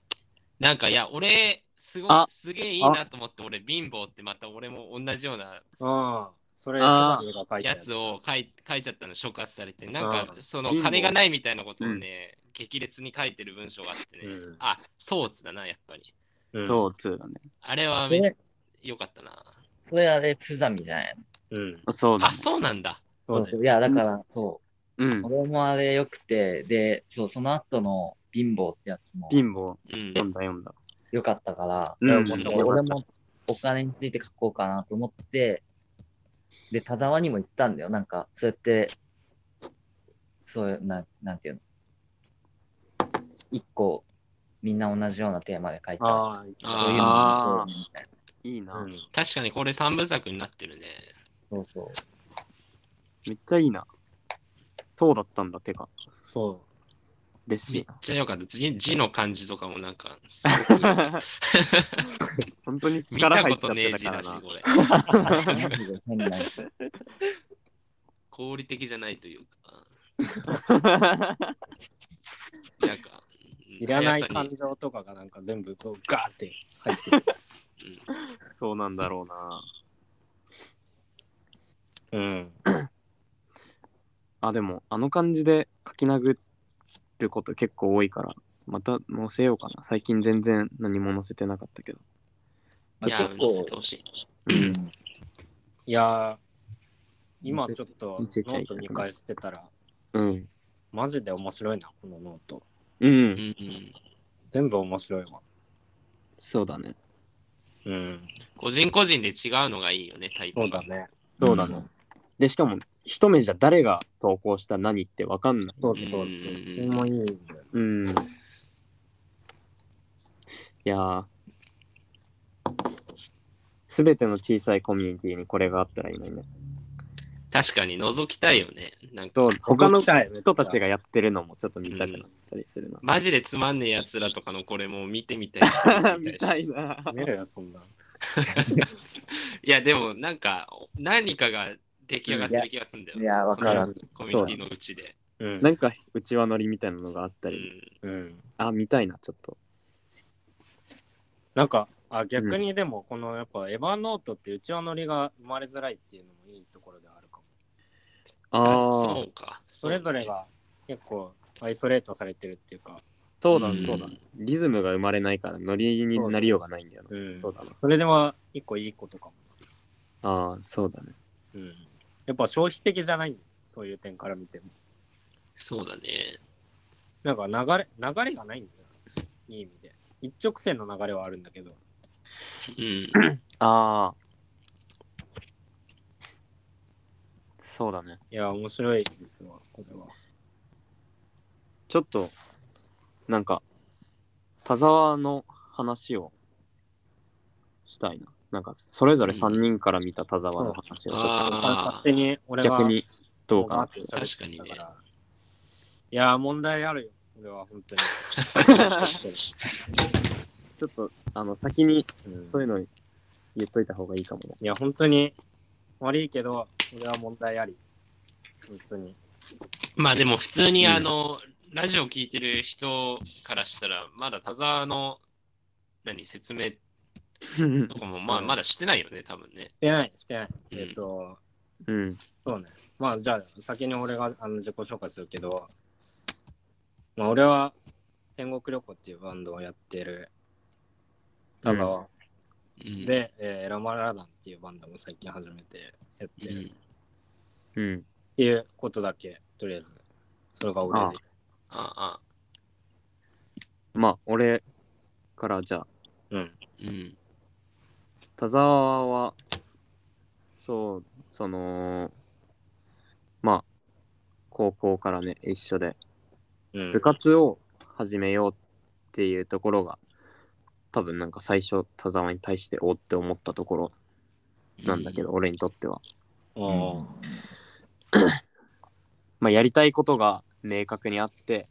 B: なんか、いや、俺、すごい
C: あ、
B: すげえいいなと思って、俺、貧乏ってまた俺も同じような
A: ごいああ、それ、
C: ああ
A: セダムが書いた
B: やつを書い書いちゃったの、触発されて、なんか
A: う、
B: その
C: 貧乏
B: 金がないみたいなことをね、激烈に書いてる文章があってね、
A: うん
B: あ、ソーツだな、やっぱり。
A: うん
C: そう2だね
B: あれはめ
D: それ、
B: よかったな。
D: それあれ、プザミじゃないの
A: うん。
C: そうだ
B: あ、そうなんだ。
D: そうそう。いや、だから、そうう。
C: ん
D: 俺もあれ良くて、で、そう、その後の貧乏ってやつも
C: 貧乏
B: うん。
C: 読んだ読んだ
D: 良かったから、
C: うん
D: だからもう俺もお金について書こうかなと思って、で、田沢にも行ったんだよ。なんか、そうやって、そういう、なんなんていうの。一個、みんな同じようなテーマで書いてある
A: あ
D: そう
A: あ、
D: いうのもそうみたいな。
C: いいな、
A: うん
B: 確かにこれ三部作になってるね。
D: そうそう。
C: めっちゃいいなそうだったんだてか
A: そ
C: 嬉し
B: め
C: い
B: っ
C: な
B: ちゃよかった。字字の感じとかもなんか、すごく
C: 本当に
B: 見
C: 力
B: たこ
C: 入っちゃ
B: と
C: っ
B: ね
C: て
B: え
C: た
B: 字
C: か
B: だ
C: ら
B: し、
C: な。
B: これ。
D: マジで変なやつ
B: 合理的じゃないというか。なんか、
A: う。いらない
B: 速さ
A: 感
B: に
A: 情とかがなんか全部こうガーって入って
C: そうなんだろうな。
A: る。うん。
C: あ、でも、あの感じで書き殴ること結構多いから、また載せようかな。最近全然何も載せてなかったけど。
B: いや、
D: 結
B: 見せ
D: 構
B: て、ほしい。
C: うん
A: いやー、今ちょっとノ
C: 見せちゃ
A: ー
C: い
A: ト
C: たくない
A: 見返してたら、
C: うん。
A: マジで面白いな、このノート。
C: う。
B: うんんうん
A: 全部面白いわ。
C: そうだね。
A: うん。
B: 個人個人で違うのがいいよね、タイプ
A: そう
B: が
A: だ。ね。
C: そうだね。で、しかも、一目じゃ誰が投稿した何ってわかんない。
A: そうそうそう。
B: うん
A: それもいいんだよね。
C: うん。いやー。すべての小さいコミュニティにこれがあったらいいのにね。
B: 確かに覗きたいよね。なんか、
C: そう他の
A: 覗きたい
C: 人たちがやってるのもちょっと見たくなったりする
B: マジでつまんねえやつらとかのこれも見てみたい
C: な。
B: し。
C: 見たいな。
A: 見るよ、そんな。
B: いや、でもなんか、何かが出来上がってる気がするんだよ。
D: いやいやわかる
B: そのコミュニティのうちで。
A: うん
C: なんか、うちわ乗りみたいなのがあった
B: う
C: り。
B: ん
A: うん。
C: あ、見たいな、ちょっと。
A: なんか、あ逆にでも、このやっぱエヴァノートってうちわ乗りが生まれづらいっていうのもいいところではあるかも。
C: ああ、
B: そ。うか。
A: それぞれが結構アイソレートされてるっていうか、
C: そうだ
B: う、ん
C: そうだ。リズムが生まれないから、ノリになりようがないんだよな。
A: うん
C: そうだな。
A: それでは一個いいことかも。
C: ああ、そうだね。
A: うん。やっぱ消費的じゃないんだよ。そういう点から見ても。
B: そうだね。
A: なんか流れ、流れがないんだよ。いい意味で。一直線の流れはあるんだけど。
B: うん。
C: ああ。そうだね。
A: いや、面白いですわ、これは。
C: ちょっと、なんか、田沢の話をしたいな。なんか、それぞれ3人から見た田沢の話をちょっ
B: あ
A: 勝手に俺
C: と
A: が
C: 逆にどうかなって。
A: バーって喋って
B: 確
A: た
B: かにね
A: らいやー、問題あるよ。俺は本 当に。
C: ちょっと、あの、先に
A: うん
C: そういうの言っといた方がいいかも ね。
A: いや、本当に悪いけど、俺は問題あり。本当に。
B: まあでも普通に
C: うん
B: あの、ラジオ聞いてる人からしたら、まだ田沢の何説明とかも、まあ
A: うん
B: まだしてないよね、多分ね
A: し。てない、してない。
B: うん
A: えっ、と、
C: うん。
A: そうね。まあ、じゃあ、先に俺があの自己紹介するけど、まあ、俺は、天国旅行っていうバンドをやってる田沢、
B: うん、
A: で、えーラマラダンっていうバンドも最近初めてやって
B: う
A: る。
B: ん
C: うん。
A: っていうことだけ、とりあえず。それが俺です。
B: ああ、
C: まあ、俺からじゃあ、
A: うん。
B: うん。
C: 田沢は、そう、その、まあ、高校からね、一緒で、
A: うん、
C: 部活を始めようっていうところが、多分なんか最初、田沢に対しておって思ったところなんだけ
B: ど。
C: ど、俺にとっては。
A: おー
C: まあ、やりたいことが明確にあって、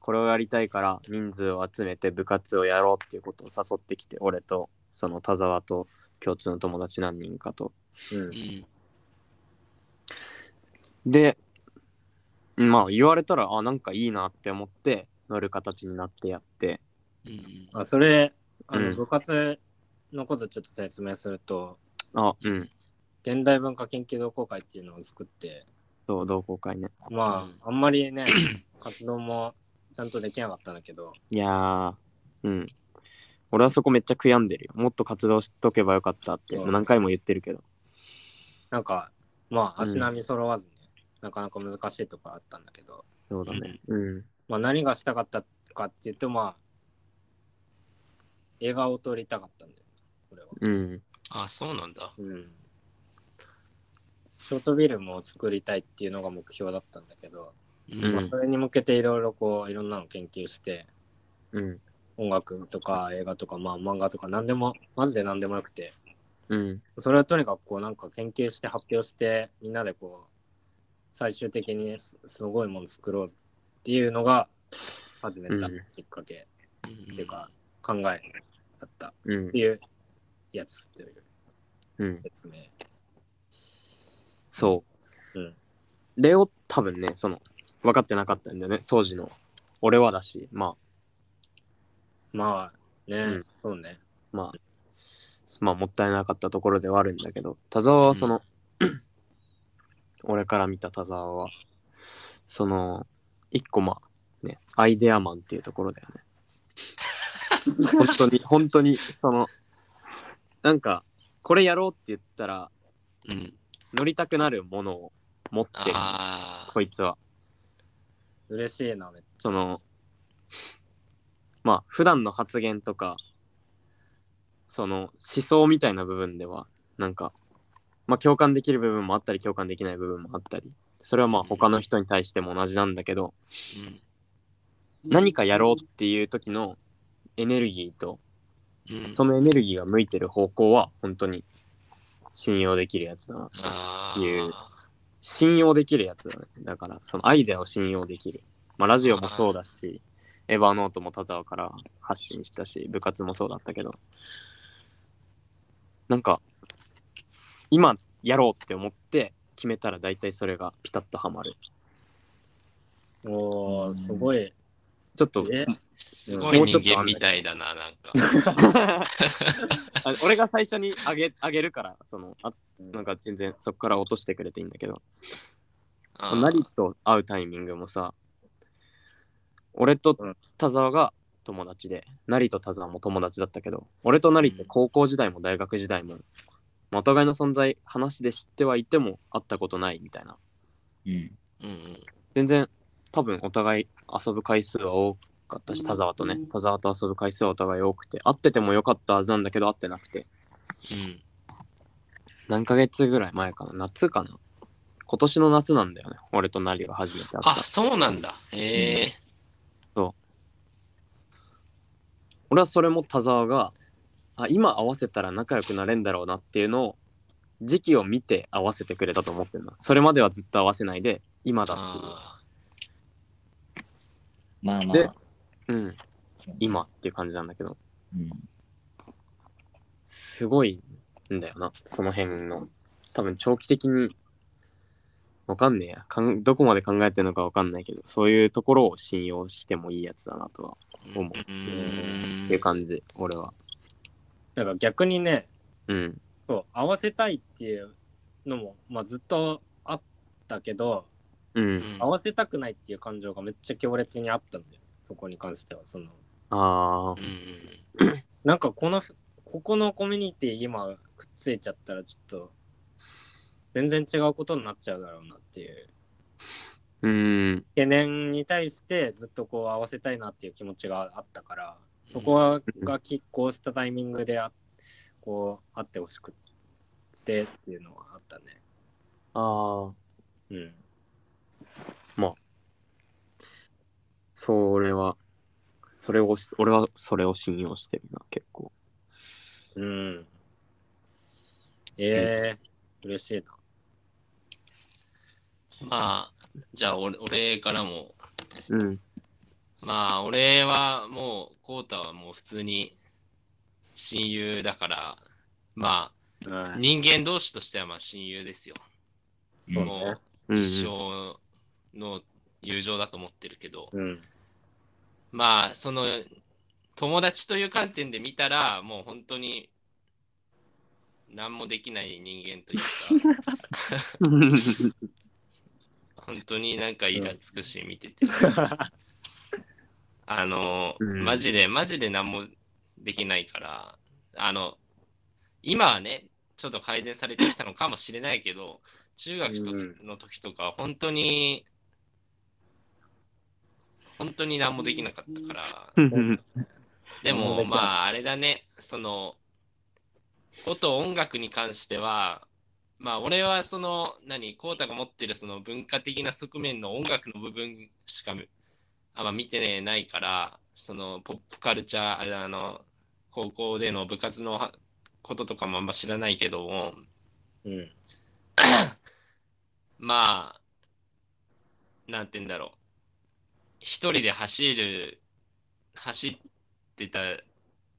C: これをやりたいから人数を集めて部活をやろうっていうことを誘ってきて、俺とその田沢と共通の友達何人かと
A: うん
B: うん。
C: で、まあ言われたら、あ、なんかいいなって思って、乗る形になってやって。
B: うん。
A: あそれあ
C: う
A: の
C: ん
A: 部活のことちょっと説明すると、
C: あ、うん。
A: 現代文化研究同好会っていうのを作って
C: そう、同好会ね。
A: ま
B: うん
A: ああんまりね 活動もちゃんとできなかったんだけど
C: いやー、うん。俺はそこめっちゃ悔やんでるよ。もっと活動しとけばよかったって、
A: うん
C: もう何回も言ってるけど。
A: なんかまあ
C: うん
A: 足並み揃わずね、なかなか難しいところあったんだけど、
C: そうだね。うん。
A: まあ、何がしたかったかっていうとまあ映画を撮りたかったんだよこれは、
C: うん。
B: あ、そうなんだ。
A: うん、ショートビルムを作りたいっていうのが目標だったんだけど、
B: う
A: まあ
C: ん
A: それに向けていろいろこういろんなの研究して
C: うん。
A: 音楽とか映画とかまあ漫画とか何でもマジで何でもよくて
C: うん。
A: それをとにかくこうなんか研究して発表してみんなでこう最終的にすすごいもの作ろうっていうのが始めた
C: うん
A: きっかけ
B: うん
A: っていうか考えだったっ
C: うん
A: て。いうやつという
C: うん。
A: 説明
C: そう。
A: うん
C: レオ、多分ね、その、分かってなかったんだよね。当時の。俺はだし、ま
A: まあね、
C: うん
A: そうね
C: あ、まあ、まあ、もったいなかったところではあるんだけど、田沢はその、 俺から見た田沢は、その、一個まあ、ね、アイデアマンっていうところだよ ね。本当に、本当に、その、なんか、これやろうって言ったら、
B: うん。
C: 乗りたくなるものを持ってる、
B: ああ
C: こ。いつは。
A: 嬉しいなめっち
C: その、まあ、普段の発言とか、その、思想みたいな部分では、なんか、まあ、共感できる部分もあったり共感できない部分もあったりそれはまあ他の人に対しても同じなんだけど何かやろうっていう時のエネルギーと
B: うん。うん。
C: そのエネルギーが向いてる方向は本当に信用できるやつだな
B: あ
C: いう
B: あ。
C: 信用できるやつだねだからそのアイデアを信用できる、まあ、ラジオもそうだしエヴァノートも田沢から発信したし部活もそうだったけどなんか今やろうって思って決めたら大体それがピタッとはまる
A: おー、すごい。
C: ちょっと
A: え
B: すごい人間みたいだな、 なんか。
C: あ俺が最初にあげあげるからそのあなんか全然そこから落としてくれていいんだけど
B: あー
C: ナリと会うタイミングもさ俺と
A: うん
C: 田沢が友達でナリと田沢も友達だったけど俺とナリって高校時代も大学時代も、まあお互いの存在話で知ってはいても会ったことないみたいな
D: うん。
B: うんうん。
C: 全然多分お互い遊ぶ回数は多かったし田沢とね田沢と遊ぶ回数はお互い多くて会っててもよかったはずなんだけど会ってなくて
B: うん。
C: 何ヶ月ぐらい前かな夏かな今年の夏なんだよね俺とナリが初めて会った
B: あ、そうなんだ。へえ。
C: 俺はそれも田沢があ今合わせたら仲良くなれんだろうなっていうのを時期を見て合わせてくれたと思ってるなそれまではずっと合わせないで今だっていう
B: あ
D: まあま
C: で
D: あ。
C: うん今っていう感じなんだけど
D: うん。
C: すごいんだよなその辺の多分長期的にわかんねえやかんどこまで考えてるのかわかんないけどそういうところを信用してもいいやつだなとは
B: ー
C: 思う
B: う
C: っ
B: ん
C: ていう感じ俺は
A: だから逆にね、
C: うん
A: そう合わせたいっていうのも、まあ、ずっとあったけど、
C: うん
A: 合わせたくないっていう感情がめっちゃ強烈にあったんだよそこに関してはその
C: ああ
B: うんうん
A: なんかこのここのコミュニティ今くっついちゃったらちょっと全然違うことになっちゃうだろうなっていう
C: うん
A: 懸念に対してずっとこう合わせたいなっていう気持ちがあったからそこはが拮抗したタイミングであこうあってほしくってっていうのはあったね
C: ああ
A: うん
C: それはそれをし俺はそれを信用してるな結構
A: うんええ嬉しいな
B: まあ、じゃあ俺、俺からも。
C: うん
B: まあ、俺はもう、コウタはもう普通に親友だから、まあ、人間同士としてはまあ親友ですよ。
A: そう
B: も
A: ね
B: う、
C: うん
B: 一生の友情だと思ってるけど、
A: うん
B: まあその友達という観点で見たらもう本当に何もできない人間と いうか本当になんかイラつくし見てて、あの、
C: うん
B: マジでマジで何もできないからあの今はねちょっと改善されてきたのかもしれないけど中学と
A: うん
B: の時とか本当に本当に何もできなかったからで
A: 本当
B: も
A: だ
B: まああれだねそのこと音楽に関してはまあ俺はその何コウタが持ってるその文化的な側面の音楽の部分しかあんま見てないからそのポップカルチャーああの高校での部活のはこととかもあんま知らないけども
A: うん
B: まあ、なんて言うんだろう。一人で走る、走ってた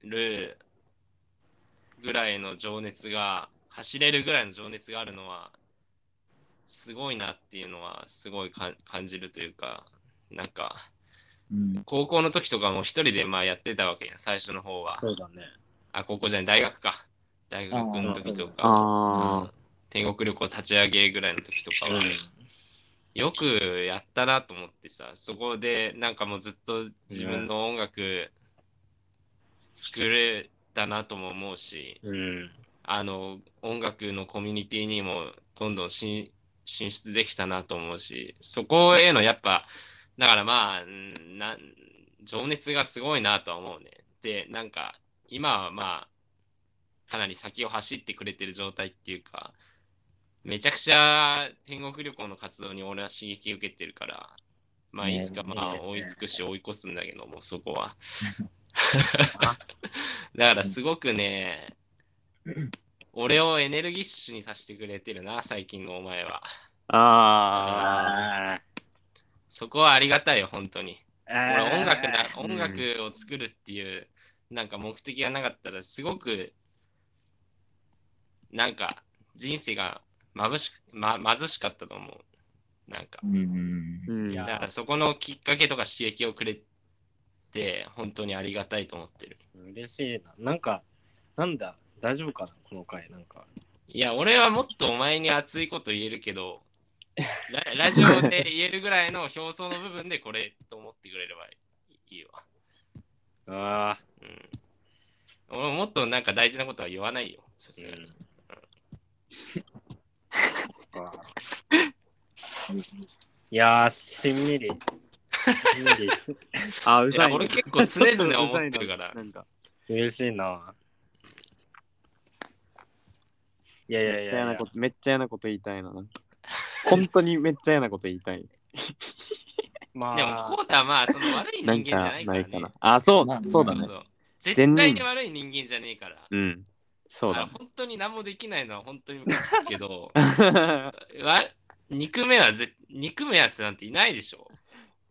B: るぐらいの情熱が、走れるぐらいの情熱があるのは、すごいなっていうのは、すごいかん感じるというか、なんか、
D: うん。
B: 高校の時とかも一人でまあやってたわけやん、最初の方は。
A: そうだね
B: あ、高校じゃない、大学か。大学の時とか、う
C: あ
B: ん天国旅行立ち上げぐらいの時とかは。よくやったなと思ってさそこでなんかもうずっと自分の音楽作れたなとも思うし
A: うん
B: あの音楽のコミュニティにもどんどん進進出できたなと思うしそこへのやっぱだからまあうんな情熱がすごいなとは思うねでなんか今はまあかなり先を走ってくれてる状態っていうかめちゃくちゃ天国旅行の活動に俺は刺激受けてるから、まあ
D: ね
B: いつかま
D: ね
B: あ追いつくし追い越すんだけども、そこは。だからすごくね、俺をエネルギッシュにさせてくれてるな、最近のお前は。
E: あ
A: あ
B: そこはありがたいよ、本当に。
A: あ。
B: 俺音楽な
E: うん
B: 音楽を作るっていうなんか目的がなかったらすごくなんか人生がまぶし、ま、貧しかったと思うなんか
D: うんうん
E: ー。うん
A: いや
B: だからそこのきっかけとか刺激をくれて本当にありがたいと思ってる
A: 嬉しいな。なんか、なんだ、大丈夫かな、この回。なんか、
B: いや俺はもっとお前に熱いこと言えるけど ララジオで言えるぐらいの表層の部分でこれと思ってくれればいいわ
A: ああ、
B: うん俺もっとなんか大事なことは言わないよ。さすがに
A: うん
D: うん
A: いやー、しんみり。しんみり。
E: あーう
B: い
E: ざい
B: や
E: な。
B: 俺結構常々思ってるか ら
E: うざいな。なんか、
A: 嬉しいな。いや
E: めっ
A: いやい
E: ちゃ嫌
A: やい
E: な
A: や
E: こ。とめっちゃ嫌なこと言いたいな。なんか本当にめっちゃ嫌なこと言いたい。
A: ま
B: でも
A: あ、
B: コータはまあその悪い人
E: な
B: 間
E: ん
B: じゃな
E: か
B: いか
E: な
B: ら、
E: い
B: ね
E: か。な。あ、そう
D: まあ、
E: そうだね
B: そ。う
E: 善人
B: 絶対に悪い人間じゃねえから。
E: うん。そう
B: あ
E: だ。
B: 本当に何もできないのは本当にムカつくけど、わ憎めはぜ憎むやつなんていないでしょ。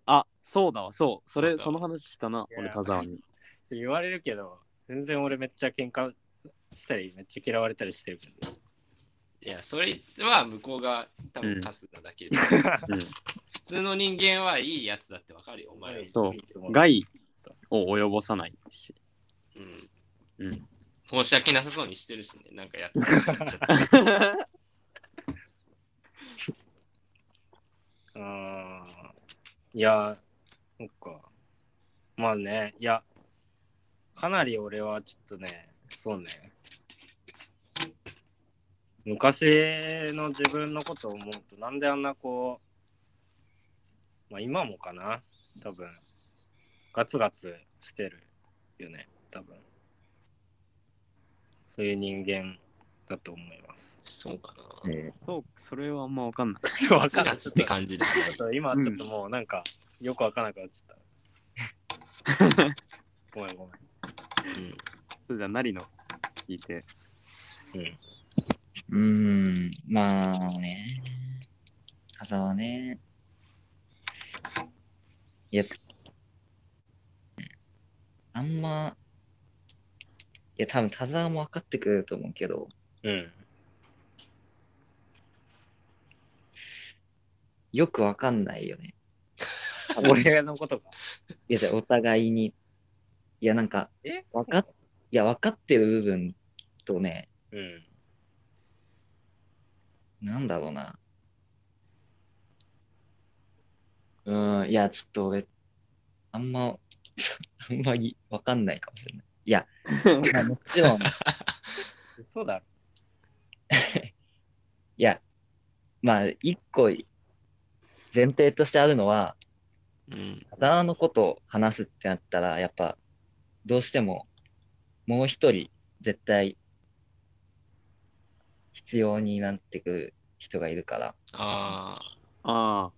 E: あ、そうだわ、そう。そ
B: そう
E: れ、
B: だ
E: その話したな、
A: いや
E: 俺、田沢に。
A: 言われるけど、全然俺めっちゃ喧嘩したり、めっちゃ嫌われたりしてるけどね。
B: いや、それは向こうが多分カスなだけで。
E: うん
B: 普通の人間はいいやつだってわかるよ、お前は。
E: そう
A: いいと思う
E: 害を及ぼさないし。
B: うん。
E: うん
B: 申し訳なさそうにしてるしね、なんかやってることやっちゃった。
A: うーん。いや、そっか。まあね、いや、かなり俺はちょっとね、そうね。昔の自分のことを思うと、なんであんなこう、まあ今もかな、多分、ガツガツしてるよね、多分。そういう人間だと思い ます。
B: そうかな。
D: え
E: そう、それはあんまわかんない。
A: わ
B: 9月って感じです
A: ちょ
B: ね
A: っ。と今ちょっともうなんかよくわからなくなっちゃ った。ごめんご
B: うん
E: そうじゃあ、なりの聞いて。
D: ーうーん、まあね。風はね。いや、あんま、いや、多分田沢も分かってくれると思うけど、
A: めん。うん。
D: よく分かんないよね。
A: 俺のことが。
D: いや、じゃあお互いに。いや、なんか、
A: え
D: わかっいや、分かってる部分とね、
A: うん。
D: なんだろうな。うーん、いや、ちょっと俺、あんま、 あんまり分かんないかもしれない。いや、まあもちろん、い
A: 嘘だろ。
D: や、まあ、一個、前提としてあるのは、
B: うん。
D: 田沢のことを話すってなったら、やっぱ、どうしても、もう一人、絶対、必要になってくる人がいるから、
B: ああ、
E: ああ、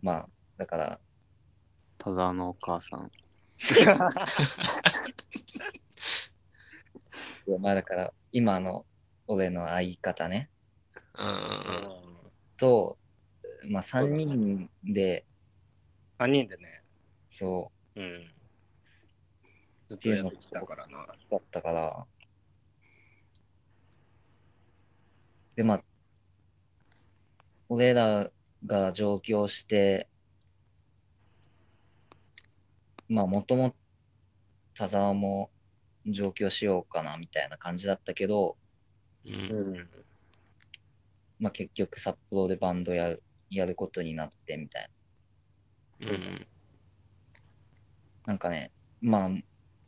D: まあ、だから、
E: 田沢のお母さん。
D: まあだから、今の俺の相方ね、
B: うんうんうん。
D: と、まあ3人で、
A: 3人でね。
D: そ
A: うん。ずっとやってきたからな。
D: う、だったから、で、まあ、俺らが上京して、まあ、もとも田沢も上京しようかな、みたいな感じだったけど、
B: うん
A: ん。
D: まあ結局札幌でバンドやる、やることになって、みたいな。
B: うん
D: なんかね、まあ、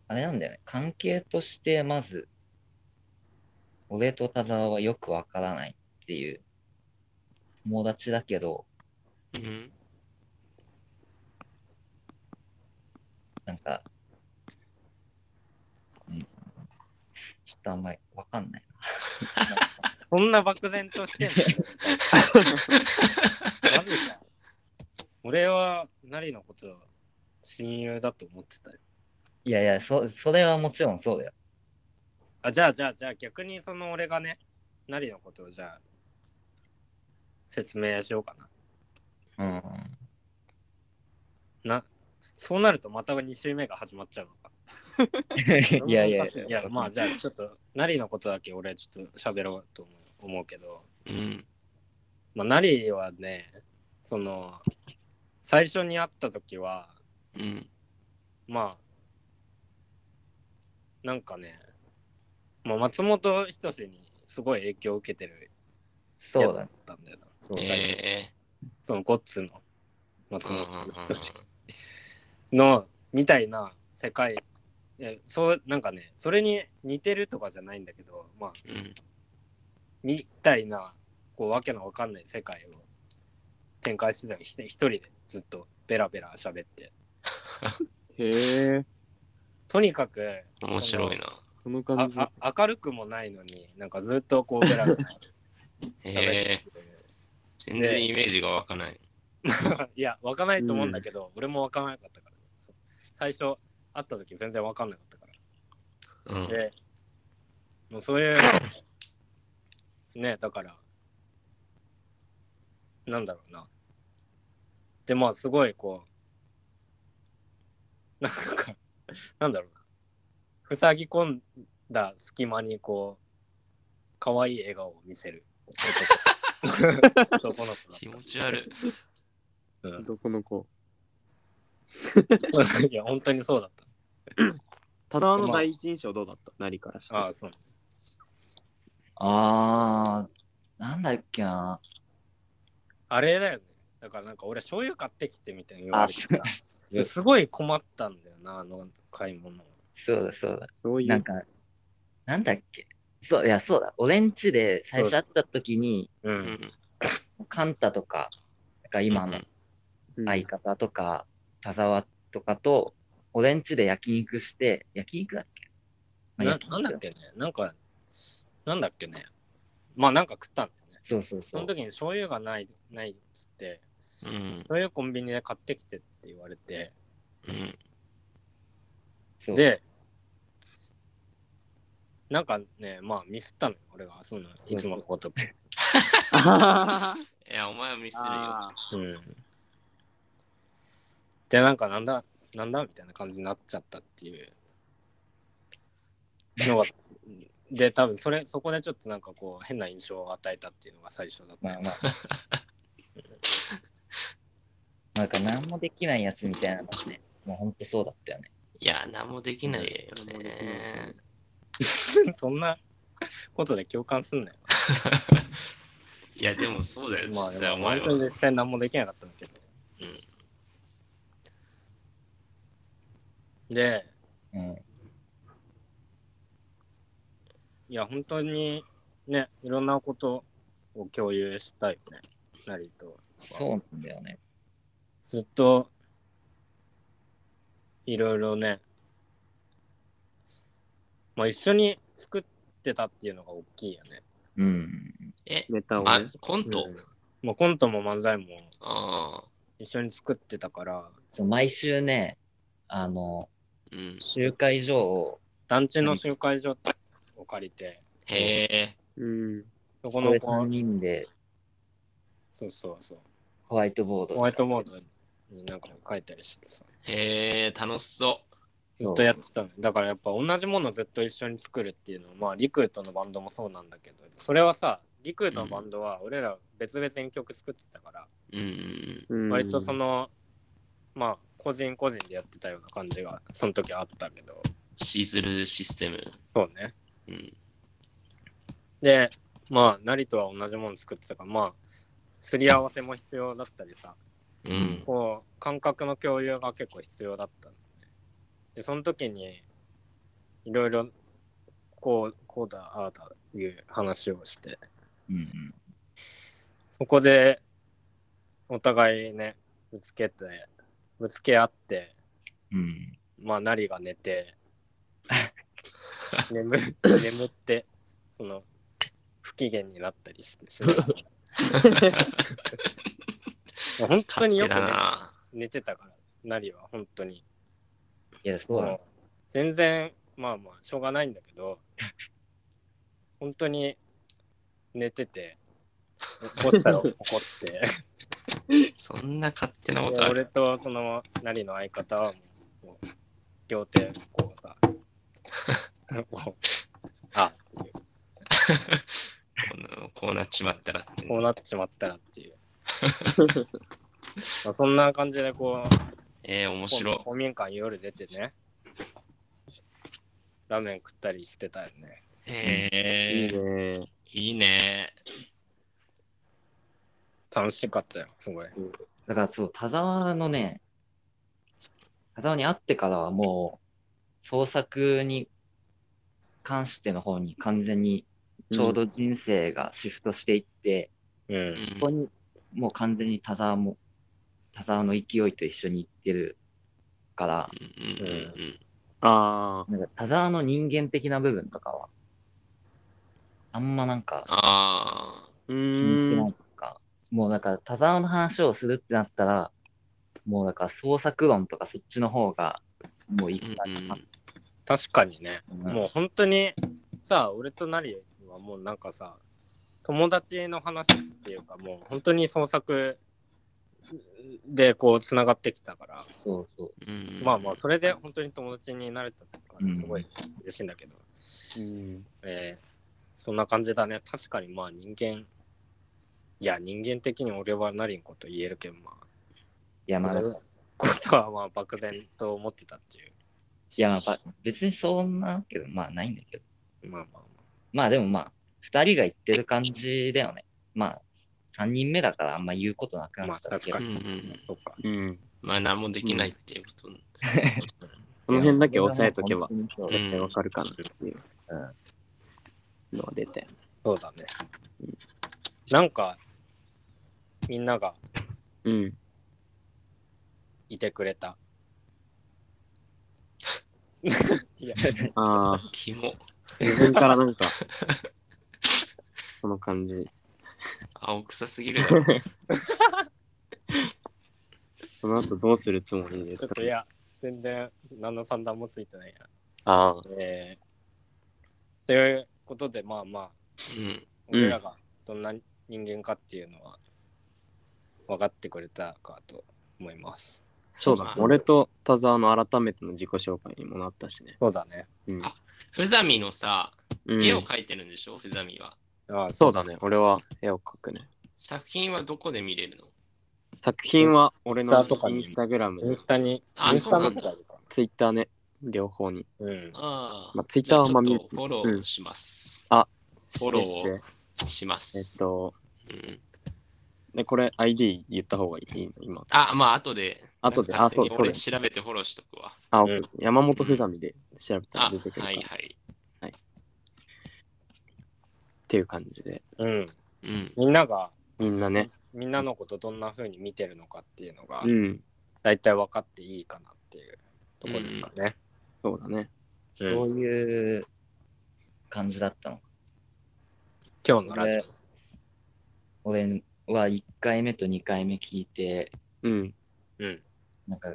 D: あれなんだよね。関係として、まず、俺と田沢はよくわからないっていう、友達だけど、
B: うん
D: なんか、 うん、ちょっとあんまりわかんないな。
A: そんな漠然と してんのマジか。俺は、なりのことを親友だと思ってたよ。
D: いやいや、そ、それはもちろんそうだよ。
A: あ、じゃあじゃあじゃあ逆にその俺がね、なりのことをじゃあ、説明しようかな。
D: うん。
A: な、そうなるとまた2週目が始まっちゃうのか。
D: いやいや、
A: いや、まあじゃあちょっと、なりのことだけ俺ちょっと喋ろうと思う思うけど。
B: うん。
A: まあ、ナリはね、その、最初に会った時は、
B: うん。
A: まあ、なんかね、まあ、松本人志にすごい影響を受けてる
D: そ
A: や
D: う
A: つ
D: だ
A: だ
D: ね。
A: ったんだよな。そうだね
B: え
A: そのゴッツの
B: ー
A: 松
B: うんうん
A: 本
B: うん
A: 人志のみたいな世界、えそう、なんかね、それに似てるとかじゃないんだけど、まあ、
B: うん
A: みたいな、こう、わけのわかんない世界を展開してたりして、一人でずっとベラベラ喋って。
E: へえ、
A: とにかく、
B: 面白いな。
E: この
A: そ
E: 感
A: の
E: じ。
A: ああ明るくもないのに、なんかずっとこう、ベラベラ喋って
B: え
A: て。
B: ー 全然イメージが湧かない。
A: いや、湧かないと思うんだけど、俺も湧かなかったから、そう最初、会った時全然湧かんなかったから。
B: うん。
A: で、もうそういう、ね、だから、なんだろうな。で、まあ、すごい、こう、なんか、なんだろうな。塞ぎ込んだ隙間に、こう、可愛い笑顔を見せる男。男の子だ
B: 気持ち悪い。
A: うん
E: どこの子
A: そういや、本当にそうだっ
E: 田沢の第一印象どうだった何からして
A: た。。ああ、そう。
D: あー、なんだっけな。
A: あれだよね。だからなんか俺、醤油買ってきてみたいに言わ
D: あ、
A: れて
D: そ
A: さで。すごい困ったんだよな、あの買い物。
D: そうだ、そうだ。
E: そうい
D: なん
E: う。
D: か、なんだっけ。そう、いや、そうだ。俺ん家で最初会った時に、
A: う。
B: うんん。
D: カンタとか、なんか今の
E: うん
D: 相方とか、田沢とかと、俺ん家で焼肉して、焼肉だっけまあ
A: な
D: 焼
A: な
D: 肉
A: んだっけね。なんか、なんだっけね。まあなんか食ったんだよね。
D: そうそう
A: そ
D: そ
A: の
D: う。
A: 時に醤油がない、ないっつって、
B: うん。
A: 醤油コンビニで買ってきてって言われて、
B: うん。
D: そう、
A: で、なんかね、まあミスったのよ、俺が。そのいつものことく。
E: あー
B: いや、お前はミスるよ。
E: あ
A: うん。で、なんか、なんだ、なんだみたいな感じになっちゃったっていうの が、で、多分それ、そこでちょっとなんかこう、変な印象を与えたっていうのが最初だった
D: ま
A: よ
D: あまあ。 なんか何もできないやつみたいなのがね、もうほんとそうだったよね。
B: いや、何もできないよね。
A: そんなことで共感すんなよ。
B: いや、でもそうだよ、実
A: まあ、
B: 際
A: でも
B: お前
A: 本当に
B: は
A: 実。際何もできなかったんだけど。で、
D: うん。
A: いや、本当にね、いろんなことを共有したいよね。なりと。
D: そうなんだよね。
A: ずっと、いろいろね、まあ一緒に作ってたっていうのが大きいよね。
D: うん。
B: え、
E: ネタを
B: あ
E: ね。、
B: コント
A: うんまあコントも漫才も
B: ああ。
A: 一緒に作ってたから、
D: そう、毎週ね、あの、
B: うん。
D: 集会所を、
A: 団地の集会所を借りて、
B: へえ。
E: うん。
A: そ
D: こ
A: こ
D: の
A: の
D: 3
A: こう、
D: 人で
A: そうそうそう、
D: ホワイトボード
A: ホワイトボードになんか書いたりしてさ、
B: へえ、楽しそ
A: ずっとやってたの。だからやっぱ同じものずっと一緒に作るっていうのは、まあリクルートのバンドもそうなんだけど、それはさ、リクルートのバンドは俺ら別々に曲作ってたから、
B: う。うん。
E: うん
A: 割とそ。の、まあ、個人個人でやってたような感じが、その時はあったけど。
B: シーズルシステム。
A: そうね。
B: うん。
A: で、まあ、なりとは同じもの作ってたから、まあ、すり合わせも必要だったりさ、
B: うん。
A: こう、感覚の共有が結構必要だったのね。で、その時に、いろいろ、こう、こうだ、ああだ、いう話をして、
D: うん
A: そこで、お互いね、ぶつけて、ぶつけ合って、
D: うん。うん。
A: まあ、なりが寝 て、眠眠って、その、不機嫌になったり してしまう本当
B: 勝
A: によ
B: 手
A: く
B: だ
A: ね
B: な。
A: 寝てたからなりは本当に
D: いや、そうなの
A: もう全然まあまあしょうがないんだけど本当に寝てて起こしたら怒って
B: そんな勝手なこ
A: で
B: とある。
A: 俺とそのなりの相方はもう両手こう さこうあ
B: このこうなっちまったらって
A: こうなっちまったらっていう まあそんな感じでこう
B: えー、面白い。
A: 公民館夜出てねラーメン食ったりしてたよね
B: えー、
E: いいね。
B: いいね。
A: 楽しかったよすごい
D: だからそう、田沢のね、田沢に会ってからはもう、創作に関しての方に完全にちょうど人生がシフトしていって、
A: う
B: うんん
D: そこにもう完全に田沢も、田沢の勢いと一緒に行ってるから、
B: うんうんうん
E: ああ、
D: なんか田沢の人間的な部分とかは、あんまなんか
B: あ
E: う
D: 気
E: ーん。
D: にしてないとか、もうだから田沢の話をするってなったら、もうだから創作論とかそっちの方が、もういい
B: ー、う
D: か
B: んうん
D: な、
A: 確かにね
D: うん
A: もう本当にさ俺となりはもうなんかさ友達の話っていうかもう本当に創作でこうつながってきたから
D: そうそう。
B: うん
A: まあまあそれで本当に友達になれたとか
D: うん
A: すごい嬉しいんだけど、
E: うん
A: えーそんな感じだね確かにまあ人間いや人間的に俺はなりんこと言えるけんまあ
D: いや、まあ、
A: 俺
D: い
A: のことはまあ漠然と思ってたってい
D: や、まあば、別にそんなけど、まあ、ないんだけど。
A: うまあまあ
D: まあ、でもまあ、二人が言ってる感じだよね。まあ、三人目だからあんま言うことなくなったけど
A: まあ確か
B: うんう
A: にまあ
B: ん、
A: そっか
E: うん。
B: まあ何もできないっていうこと。
E: この辺だけ押さえとけば、
D: いや本当に
B: う
D: そう
B: ん
E: わかるかなっていうのは出たよね。
A: そうだねなんかみんなが
E: うん。
A: いてくれた いや
E: ああ、
B: キモ。
E: 自分からなんか、この感じ。
B: 青臭すぎる だろ。
E: その後どうするつもりで
A: ちょっといや全然何の算段もついてないや
E: ああ、
A: えーということでまあまあ
B: うん。
E: うん
A: 俺らがどんな人間かっていうのは分かってくれたかと思います。
E: そうだ、ね。俺と田沢の改めての自己紹介にもなったしね。
A: そうだね。
E: うん。
B: あふざみのさ、
E: うん
B: 絵を描いてるんでしょ、ふざみは。
A: あ
E: そうだね。俺は絵を描くね。
B: 作品はどこで見れるの
E: 作品は俺
A: ツイッ
E: の
A: ターとかに
E: インスタグラム
A: イン
E: で、
A: スタに、
B: あ
A: インスタ
B: そう
A: の
B: なんだ
A: 方がいいか
E: ツイッターね、両方に。
A: な。うん。
B: ああ。
E: まあツイッターはあんま見
B: じ
E: る
B: ゃあちょっとフォローします。フォロー
E: してして
B: しま
E: え
B: す
E: っ。と、
B: うん、
E: で、これ ID 言った方がいいの今。
B: あ、まあ、後で。
E: 後で
B: なんか
E: あそうそう
B: 俺調べてフォローしとくわ。
E: あ、
A: うん
E: OK 山本ふざみで調べたら
B: あ
E: 出てく、るから
B: はい
E: っ
B: はい。
E: ていう感じで、
A: うん。
B: うん。
A: みんなが、
E: みんなね、
A: みんなのことどんな風に見てるのかっていうのが
E: う、ん、
A: 大体分かっていいかなっていうところですかね。
E: そうだね。
D: そういう感じだったの。
A: 今日のラジオ。
D: 俺は1回目と2回目聞いて、
E: うん、
A: うん。
D: なんか、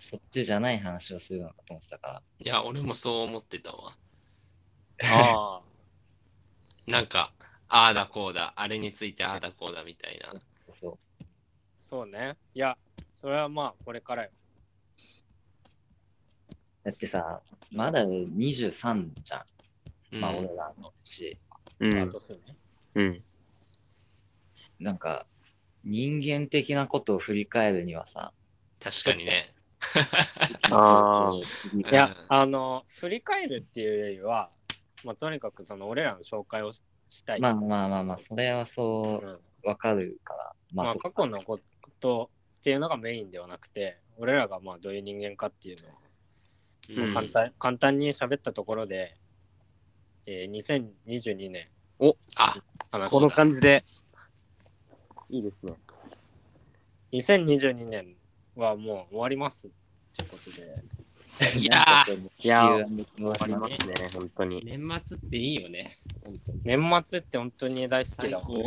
D: そっちじゃない話をするのかと思ってたから。
B: いや、俺もそう思ってたわ。
A: ああ。
B: なんか、ああだこうだ、あれについてああだこうだみたいな。
D: そ
A: そうね。いや、それはまあ、これからよ。
D: う。だってさ、まだ23じゃ。
B: うんん
D: まあ、俺らの年。
E: うん、
A: あとそうね
E: うん、
D: なんか、人間的なことを振り返るにはさ、
B: 確かにね。
E: あー
D: そうそう
A: いや、
B: うん
A: あの、振り返るっていうよりは、まあ、とにかくその、俺らの紹介をししたい。
D: まあまあまあまあ、それはそうう、
A: ん
D: わかるから。まあ、
A: まあ、
D: そっか
A: 過去のことっていうのがメインではなくて俺らがまあどういう人間かっていうのを
B: う
A: 簡
B: ん、
A: 単,、簡単に喋ったところで、えー、2022年
B: あ、
A: 話
E: こ
A: そう
E: の
A: だ
E: 感じで、いいですね。
A: 2022年はもう終わりますってことで
E: い
B: いや
E: やー
D: 地球
E: ありますね、本当に。
B: 年末っていいよね。本当に。
A: 年末って本当に大好き
B: 最
A: だもん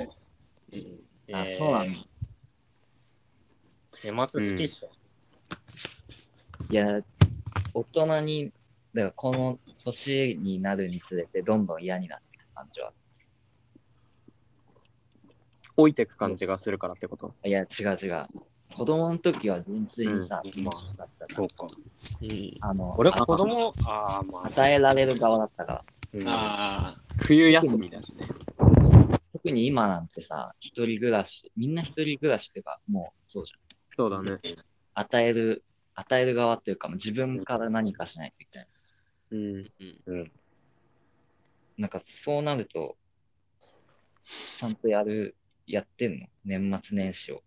B: 高。うん
D: あそうなんだ。
A: 年末好きっしょ。
D: いや、大人に、だからこの年になるにつれて、どんどん嫌になっていく感じは。
E: 置いてく感じがするからってこと。
D: いや、違う違う。子供の時は純粋にさ、
A: うん
D: 楽しかったじゃ
A: そ
D: ん
A: うか。
B: うん
D: あの、
A: 俺
D: あ
A: 子供、ああ、まあ。
D: 与えられる側だったから。
E: うん
B: あ
E: 冬休みだしね。
D: 特に今なんてさ、一人暮らし、みんな一人暮らしっていうか、もうそうじゃん。
E: そうだね。
D: 与える、与える側っていうか、もう自分から何かしないといけない。
E: うん。
D: なんかそうなると、ちゃんとやる、やってんの年末年始を。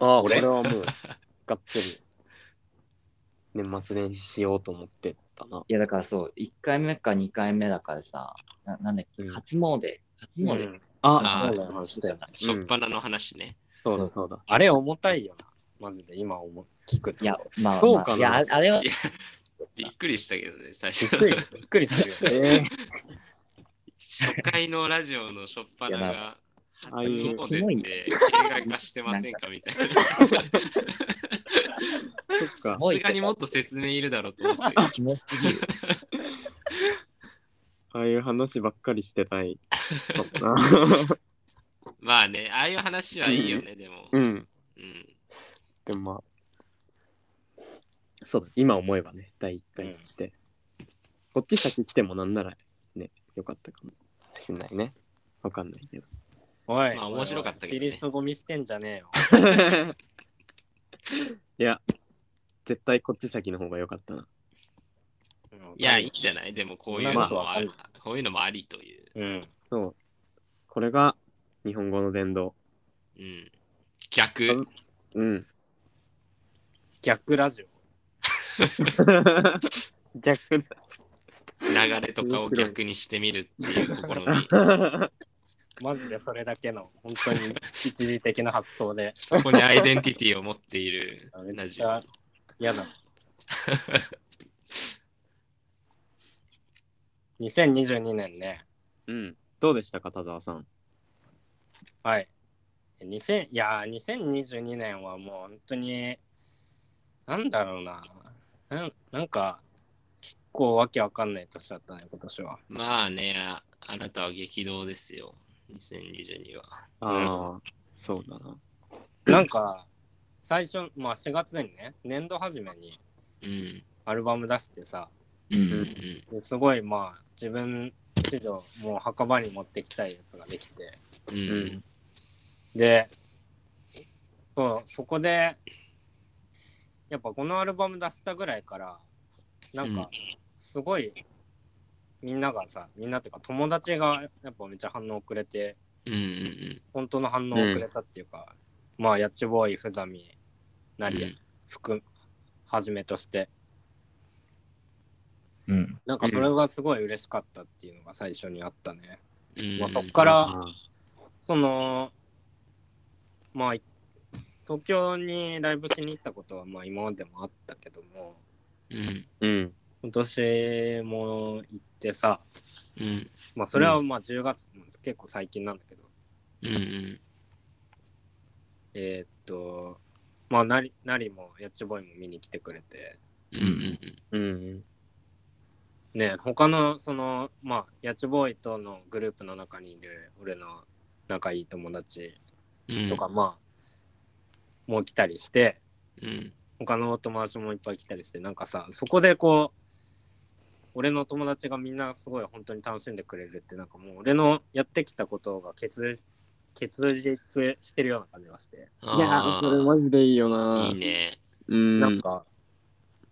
E: ああ、こ
B: 俺
E: れはもう、がっつり、年末年始しようと思ってたな。
D: いやだからそう、1回目か2回目だからさ、ななんだっけ、
E: うん
D: 初詣、初
A: う
D: �詣、
A: ん
B: あー
E: そうだ話だよね
B: あ、しょっぱなの話ね。
E: そうだ、そうだ。
A: あれ重たいよな。マジで今思う聞くと。
D: いや、まあ、
E: そう
D: まあ、
E: かない
D: や、ああれは、
B: いやびっくりしたけどね、最初。
A: びっくりするよ ね。
E: ええ
B: 初回のラジオのしょっぱない
D: や
B: が、初
E: ああいう
B: 詣って形骸化してませんかみたいな。
E: そっか
D: す。
B: さ
D: ご
B: す
D: い
B: がにもっと説明いるだろうと思って。
D: 気持ちすぎる。
E: ああいう話ばっかりしてないかもな。
B: まあね、ああいう話はいいよね、でも。
E: うん。
B: うん。
E: でもまあ、そうだ、今思えばね、第一回として。こっち先来てもなんなら、ね、よかったかもしんないね。わかんないけど。
A: おい、
B: まあ面白かったけどね
A: キリストゴミしてんじゃねえよ。
E: いや、絶対こっち先の方が良かったな。
B: いや、いいんじゃないでもこういうのもあり、こういうのもありという。
A: うん。
E: そう。これが日本語の伝道。
B: うん。逆。
E: うん。
A: 逆ラジオ。
E: 逆
B: 流れとかを逆にしてみるっていう試み。
E: だ。
A: マジでそれだけの、本当に一時的な発想で、
B: そこにアイデンティティを持っているラジオ。
A: 嫌だ。2022年ね。
E: うん。 どうでしたか、田沢さん。
A: はい。2000いやー、2022年はもう本当に、なんだろうな。なんなんか、結構わけわかんない年だったね、今年は。
B: まあね、ああなたは激動ですよ。2022は。
E: ああ、そうだな。
A: なんか、最初、まあ4月にね、年度初めに
B: うん。
A: アルバム出してさ、
B: うんうん
A: ですごいまあ自分史上もう墓場に持ってきたいやつができて
B: うん。うん。
A: でそうそこでやっぱこのアルバム出したぐらいからなん
B: うん
A: かすごいみんながさみんなっていうか友達がやっぱめっちゃ反応くれて
B: うんうん
A: 本当の反応をくれたっていうか、まあやっちボーイふざみなり、
B: うん
A: 服はじめとして
D: うん。
A: なんかそれがすごい嬉しかったっていうのが最初にあったね、
B: うん。
A: まあ、そっから、そのまあ東京にライブしに行ったことはまあ今までもあったけども
B: うん。
E: うん。
A: 今年も行ってさ
B: うん。
A: まあそれはまあ10月、結構最近なんだけど
B: うんうん。
A: えーっとまあなりなりもやっちボーイも見に来てくれて
B: うんうん
E: うん。
A: ね他のそのまあやっちボーイとのグループの中にいる俺の仲いい友達
B: うん。
A: とか、まあもう来たりして
B: うん。
A: 他の友達もいっぱい来たりしてなんかさそこでこう俺の友達がみんなすごい本当に楽しんでくれるってなんかもう俺のやってきたことが結実結実してるような感じがして、
B: あー
E: いやー、それマジでいいよな。
B: いいね。
E: うん。
A: なんか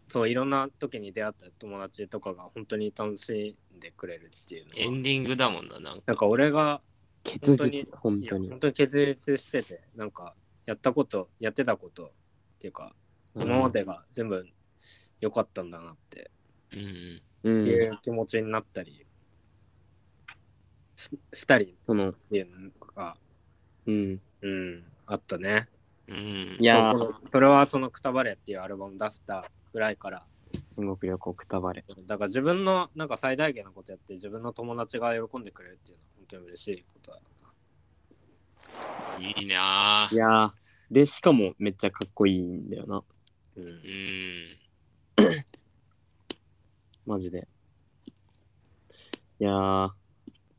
A: そういろんな時に出会った友達とかが本当に楽しんでくれるっていう
B: エ
A: のは
B: ンディングだもんな、なん
A: なん
B: か。
A: か俺が
E: 結
A: 本当に
E: 実、本
A: いや
E: 当に。
A: 本当に結実しててなんかやったことやってたことっていうか今までが全部良かったんだなって
B: うん。
E: うん。
A: いう気持ちになったりししたり
E: その、
A: っていうのが、
E: うん。
A: うん、あったね。
B: うん。
E: いや
A: そうこのそれはその「くたばれ」っていうアルバム出したぐらいから
C: 天国旅行くたばれ。
A: だから自分のなんか最大限のことやって自分の友達が喜んでくれるっていうのは本当に嬉しいことだ。
B: いいないぁ。
C: やー、で、しかもめっちゃかっこいいんだよな。
A: う。
B: うんん。
C: マジで。いやー、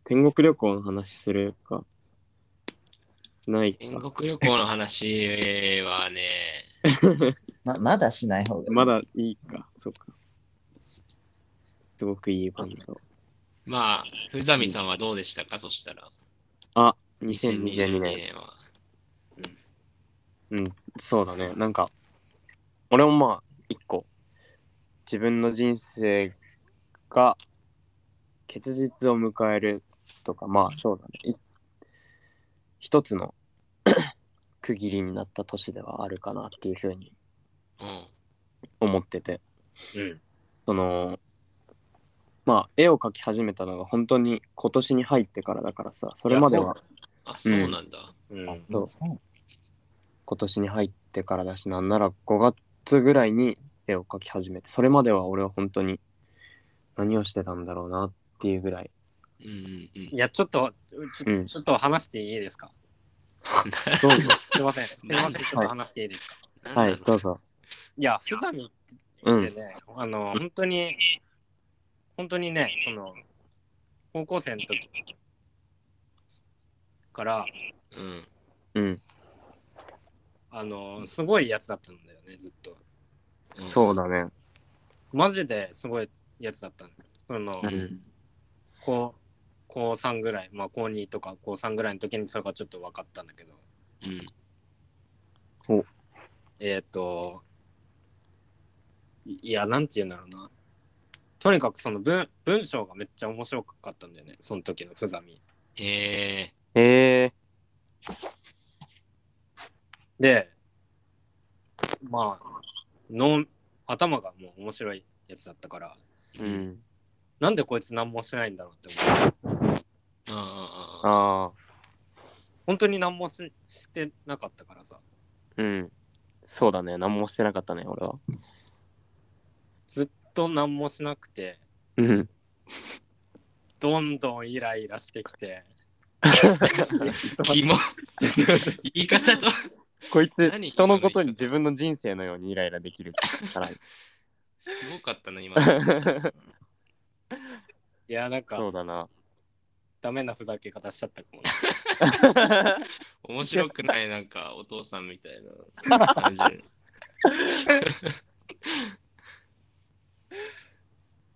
C: 天国旅行の話するか。ない
B: 天
C: か。
B: 国旅行の話はね、
D: ままだしない方がいい。
C: まだいいか、そうか。すごくいいバンド。
B: まあ、ふざみさんはどうでしたかそしたら。
C: あ、2022年。
B: は。
C: そうだね。なんか、俺もまあ、一個、自分の人生が結実を迎えるとか、まあそうだね。い一つの 区切りになった年ではあるかなっていうふうに
B: うん。
C: 思ってて、
A: うん。
C: その、まあ、絵を描き始めたのが本当に今年に入ってからだからさ、それまでは
B: あ、そうなんだ。
A: うん。
C: そう
D: そう
C: 今年に入ってからだしなんなら5月ぐらいに絵を描き始めてそれまでは俺は本当に何をしてたんだろうなっていうぐら い
B: うんうんうん
A: い。や、ちょっと、ち
C: う
A: ょ
C: ん
A: ちょっと話していいですか
C: どうぞ
A: すいません。すいません。ちょっと話していいですか、
C: はいどうぞ
A: い、や、ふざみってね、あの、本当に、本当にね、その、高校生の時から、
B: うん。
C: うん
A: あの、すごいやつだったんだよね、ずっと。
C: そうだね
A: マジですごいやつだったの。その、
C: うん
A: 高高3ぐらい、まあ、高2とか高3ぐらいの時にそれがちょっと分かったんだけど、
B: うん。
A: えっ、と、いいや、なんて言うんだろうな。とにかくその文文章がめっちゃ面白かったんだよね、その時のふざみ。
B: へえ。
C: え
A: で、まあ、の頭がもう面白いやつだったから、
C: ー、うん
A: なんでこいつ何もしないんだろうって思う。
B: うんうんうんうん。
C: ああ
A: 本当に何もししてなかったからさ、
C: うんそうだね何もしてなかったね俺は
A: ずっと何もしなくて、
C: うん
A: どんどんイライラしてき て。
B: キモ。言い方と。
C: こいつ
B: 何
C: 人のことに自分の人生のようにイライラできるから
B: すごかったな、今の。
A: いや、なん
C: そ
A: か
C: う、だ な
A: ダメなふざけ方しちゃったか も
B: 面白くない、なんか、お父さんみたいな感じ。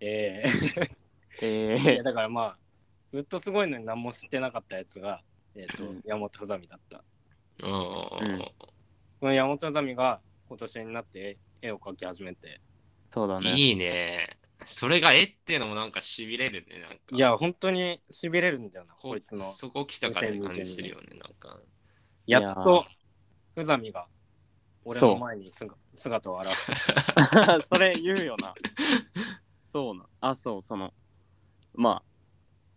A: ええ
C: え
A: いや
C: ー、
A: だからまあ、ずっとすごいのに何も知ってなかったやつが、えっ、と
C: うん、
A: 山本ふざみだった。
B: うんうんうん
A: この山本ふざみが今年になって絵を描き始めて、
C: そうだ
B: うん。
C: ね
B: いいね。それが絵っていうのもなんかしびれるね。なんか
A: いや、本当に痺れるんだよな、こいつの。
B: そこ来たかって感じするよね、なんか。
A: やっと、ふざみが、俺の前にすが姿を現す。
C: それ言うよな。そうな。あ、そう、その、ま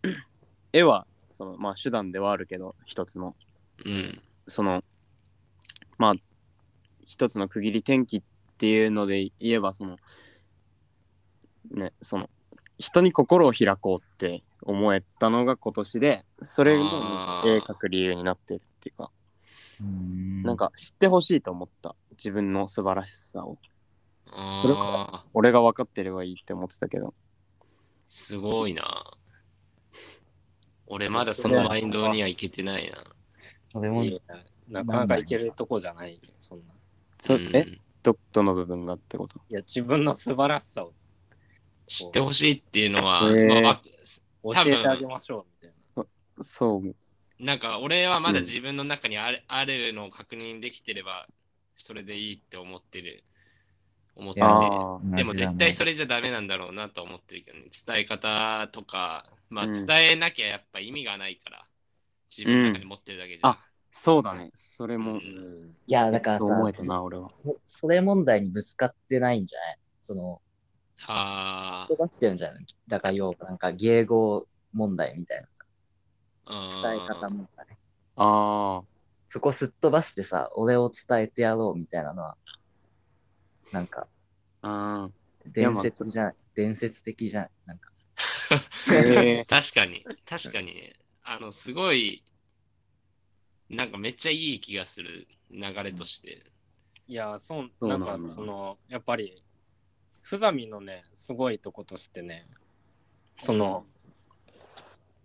C: あ、 絵は、その、まあ、手段ではあるけど、一つの、
B: うん。
C: その、まあ、一つの区切り転機っていうので言えば、その、ね、その、人に心を開こうって思えたのが今年で、それも
B: あー
C: 絵描く理由になってるっていうか、
D: うん
C: なんか知ってほしいと思った。自分の素晴らしさを。れ
B: ああ、
C: 俺が分かってればいいって思ってたけど。
B: すごいな。俺まだそのマインドにはいけてないな。
D: それも
A: いやなかなかいけるとこじゃないよ、そんな。
C: そ
B: うん
C: えど、どの部分がってこと
A: いや、自分の素晴らしさを
B: 知ってほしいっていうのは、
C: へー
B: まあわ
A: 教えてあげましょう、みたいな。
C: そう。
B: なんか俺はまだ自分の中にある,、あるのを確認できてれば、それでいいって思ってる。思ってて。
C: ああ。
B: でも絶対そ
D: れ。
B: れじゃダメなんだろうなと思ってるけどね。伝え方とか、まあ
C: う
B: 伝
C: ん
B: えなきゃやっぱ意味がないから、自分の中に持ってるだけじゃ。
C: うんあそうだね。それも。
A: うん
D: いや、だからさ、
C: 思えたな俺は
D: そそれ問題にぶつかってないんじゃないその、
B: あ
D: 飛ばしてるんじゃないだから要は、なんか、迎合問題みたいな
B: あ。
D: さ、伝え方問題。
C: ああ。
D: そこすっ飛ばしてさ、俺を伝えてやろうみたいなのは、なんか、
C: ああ。
D: 伝説じゃない。伝説的じゃない。なんか、
C: え
B: 確かに、確かにね。あの、すごい、なんかめっちゃいい気がする流れとして。
A: いや、そう、
C: そうな
A: なんん
C: だ
A: かその、やっぱり、ふざみのね、すごいとことしてね、その、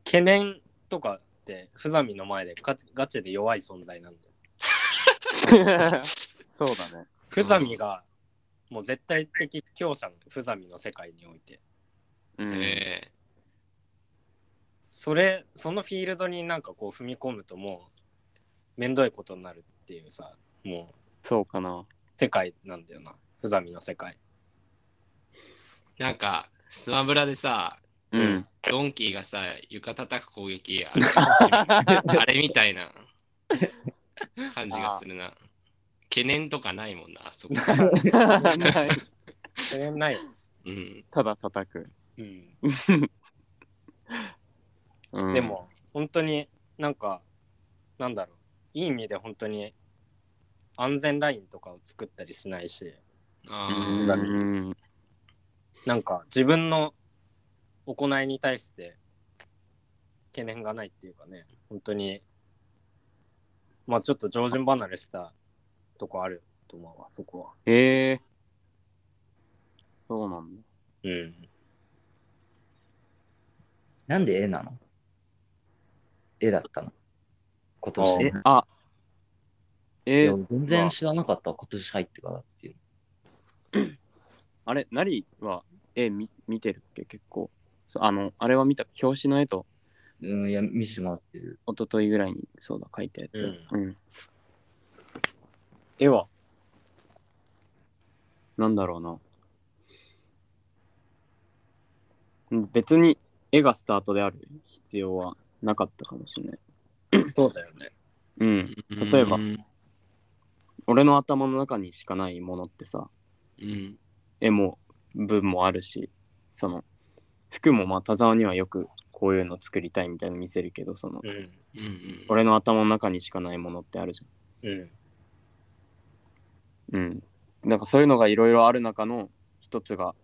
A: 懸念とかって、ふざみの前でガガチで弱い存在なんで、
C: ーそうだね。
A: ふざみが、もう絶対的強者のふざみの世界において、
C: うん
B: え
A: それ、そのフィールドになんかこう踏み込むと、もう、めんどいことになるっていうさ、もう、
C: そうかな。
A: 世界なんだよな、ふざみの世界。
B: ーなんか、スマブラでさ、
C: うん。
B: ドンキーがさ、床叩く攻撃あ れあれみたいな感じがするな。懸念とかないもんな、あそ こ。
C: ない
A: それない。
B: うん。
C: ただ叩く。
A: うん
C: うん
A: で、も、本当になんか、なんだろう、いい意味で本当に安全ラインとかを作ったりしないし、
B: あ
C: う
B: ー
C: ん。
A: なんか自分の行いに対して懸念がないっていうかね、本当に、まあちょっと常人離れしたとこあると思うわ、そこは。
C: えー、そうなんだ。
A: うん。
D: なんで絵なの絵だったの今年
A: え
D: ね
C: え。、あ、
D: い
C: え
D: や
C: ー、
D: 全然知らなかった、今年入ってからっていう。
C: あれ、なりは絵見見てるっけ結構。そうあの、あれは見た、表紙の絵と
D: うん、いや、見せてもらってる。
C: 一昨日ぐらいに、そうだ、描いたやつ。うん。絵はなんだろうな。うん別に絵がスタートである必要はなかったかもしれない。
A: そうだよね。
C: うん。例えば
B: うん
C: 俺の頭の中にしかないものってさ、
B: うん。
C: 絵も文もあるしその服もまあ田沢にはよくこういうの作りたいみたいなの見せるけどその
A: うん。
B: うんうん
C: 俺の頭の中にしかないものってあるじ
A: うん。
C: ゃん。うん。なんかそういうのがいろいろある中の一つが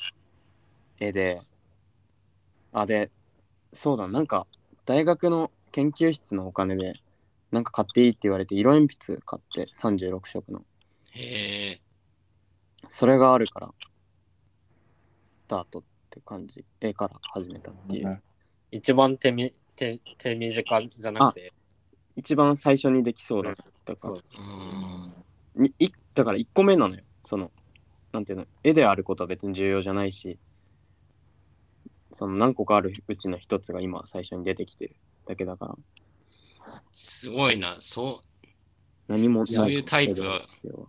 C: 絵であでそうだなんか大学の研究室のお金でなんか買っていいって言われて色鉛筆買って36色の
B: へえ。
C: それがあるからスタートって感じ絵から始めたっていう。
A: 一番手み手手短じゃなくて、
C: 一番最初にできそうだったか
A: そ
C: ら
A: う、
B: うん
C: にいだから1個目なのよそのなんていうの絵であることは別に重要じゃないしその何個かあるうちの一つが今最初に出てきてるだけだから
B: すごいな、そ
C: 何もな
B: そういうタイプは
C: 必要は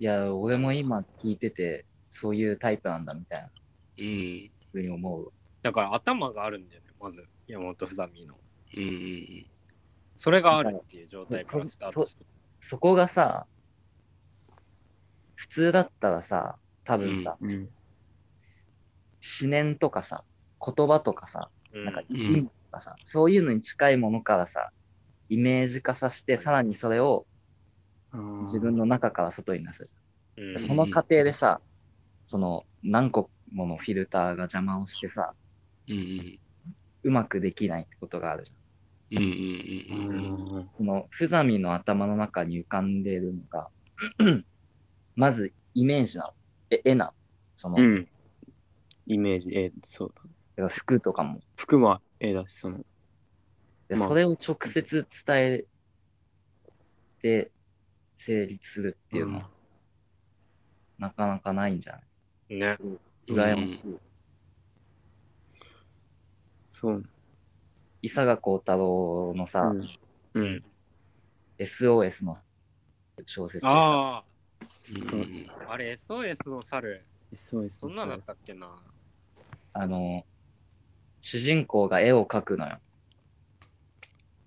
C: い
D: や、俺も今聞いてて、そういうタイプなんだみたいな
B: う。うん。
D: ふうに思うわ。
A: だから頭があるんだよね、まず、山本ふざみの。
B: うんうん
A: それがあるっていう状態からスタートして。
D: そこがさ、普通だったらさ、多分さ、
C: うん
D: 思念とかさ、言葉とかさ、
A: うん
D: なんか
B: うん
D: 意味とかさ、そういうのに近いものからさ、イメージ化させて、さらにそれを
C: あー
D: 自分の中から外に出す。
A: うん
D: でその過程でさ、その何個ものフィルターが邪魔をしてさ、
B: うんうん
D: うまくできないってことがあるじゃん。
B: うんうん
C: う
B: うんうん
C: ん
D: その、ふざみの頭の中に浮かんでいるのが、 まずイメージなの。え、絵なの。その、
C: う
D: だ
C: んイメージ絵そう
D: から服とかも。
C: 服は絵だしその
D: で
C: まあ
D: それを直接伝えて成立するっていうのは、なかなかないんじゃない
A: ね。
B: うん
D: 羨ましい。
C: そう
D: 伊坂幸太郎のさ、
C: うんうん、
D: SOS の小説でさ
A: あ
B: うんうん
A: あ、あれ SOS の猿、
C: SOS
A: そんなのだったっけな。
D: あの、主人公が絵を描くのよ。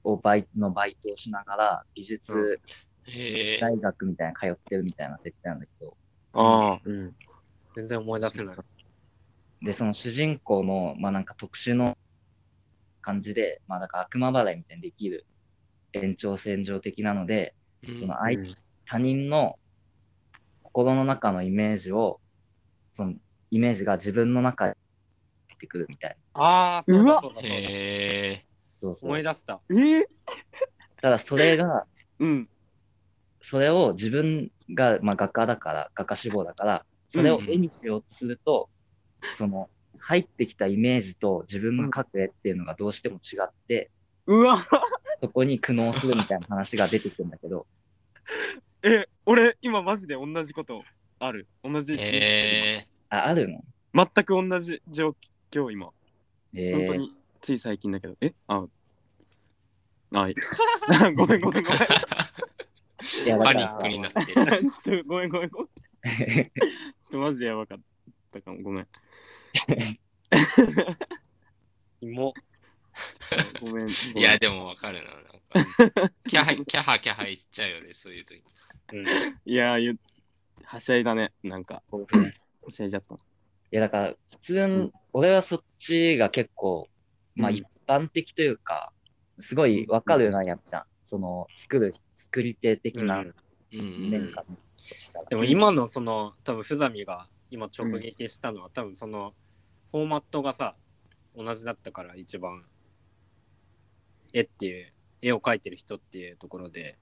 D: をバイのバイトをしながら、美術
B: へえ。
D: 大学みたいな通ってるみたいな設定なんだけど、
C: ああうん
A: 全然思い出せない。
D: で、その主人公の、まあなんか特殊の感じで、まあだから悪魔払いみたいにできる延長線上的なので、
B: うん
D: その相
C: うん
D: 他人の心の中のイメージを、そのイメージが自分の中に入ってくるみたいな。
A: ああ、そう
C: う
A: だ
C: わ
A: そうだそうだ
B: へ
D: そうそ。
A: 思いう出した。
C: えー、
D: ただそれが、
C: うん。
D: それを自分が、まあ、画家だから、画家志望だから、それを絵にしようとすると、その、入ってきたイメージと自分の描く絵っていうのがどうしても違って、
C: う わ、
D: そこに苦悩するみたいな話が出てくるんだけど、
C: え、俺、今マジで同じことある。同
B: え
C: じ、
B: へ
D: あ、あるの
C: 全く同じ状況、今。
D: え
C: 本当
D: ー、
C: に、つい最近だけど。えあ、はい。 ごめんごめんごめん。
D: いや
B: ーパ
D: だか
B: ニ
D: ら
B: ック になってる。
C: ちょっとごめんごめんごめん。ちょっとマジでやばかったかも。ごめん。
A: 芋。
C: ごめん。
B: いや、
C: で
B: でもわかるな。なんかキャハキャハキャハ言っちゃうよね、そういう時。
A: うん。
C: いやゆ、はしゃいだね。なんか、
D: い
C: はしゃいじゃった。
D: やだから、普通に、俺はそっちが結構、まあ
C: うん
D: 一般的というか、すごいわかるよな、やっちゃん。その、作る、作り手的な
B: うんうんう
D: 面
B: ん
D: からしたら。
A: でも今のその多分フザミが今直撃したのは、多分そのフォーマットがさ同じだったから一番絵っていう絵を描いてる人っていうところで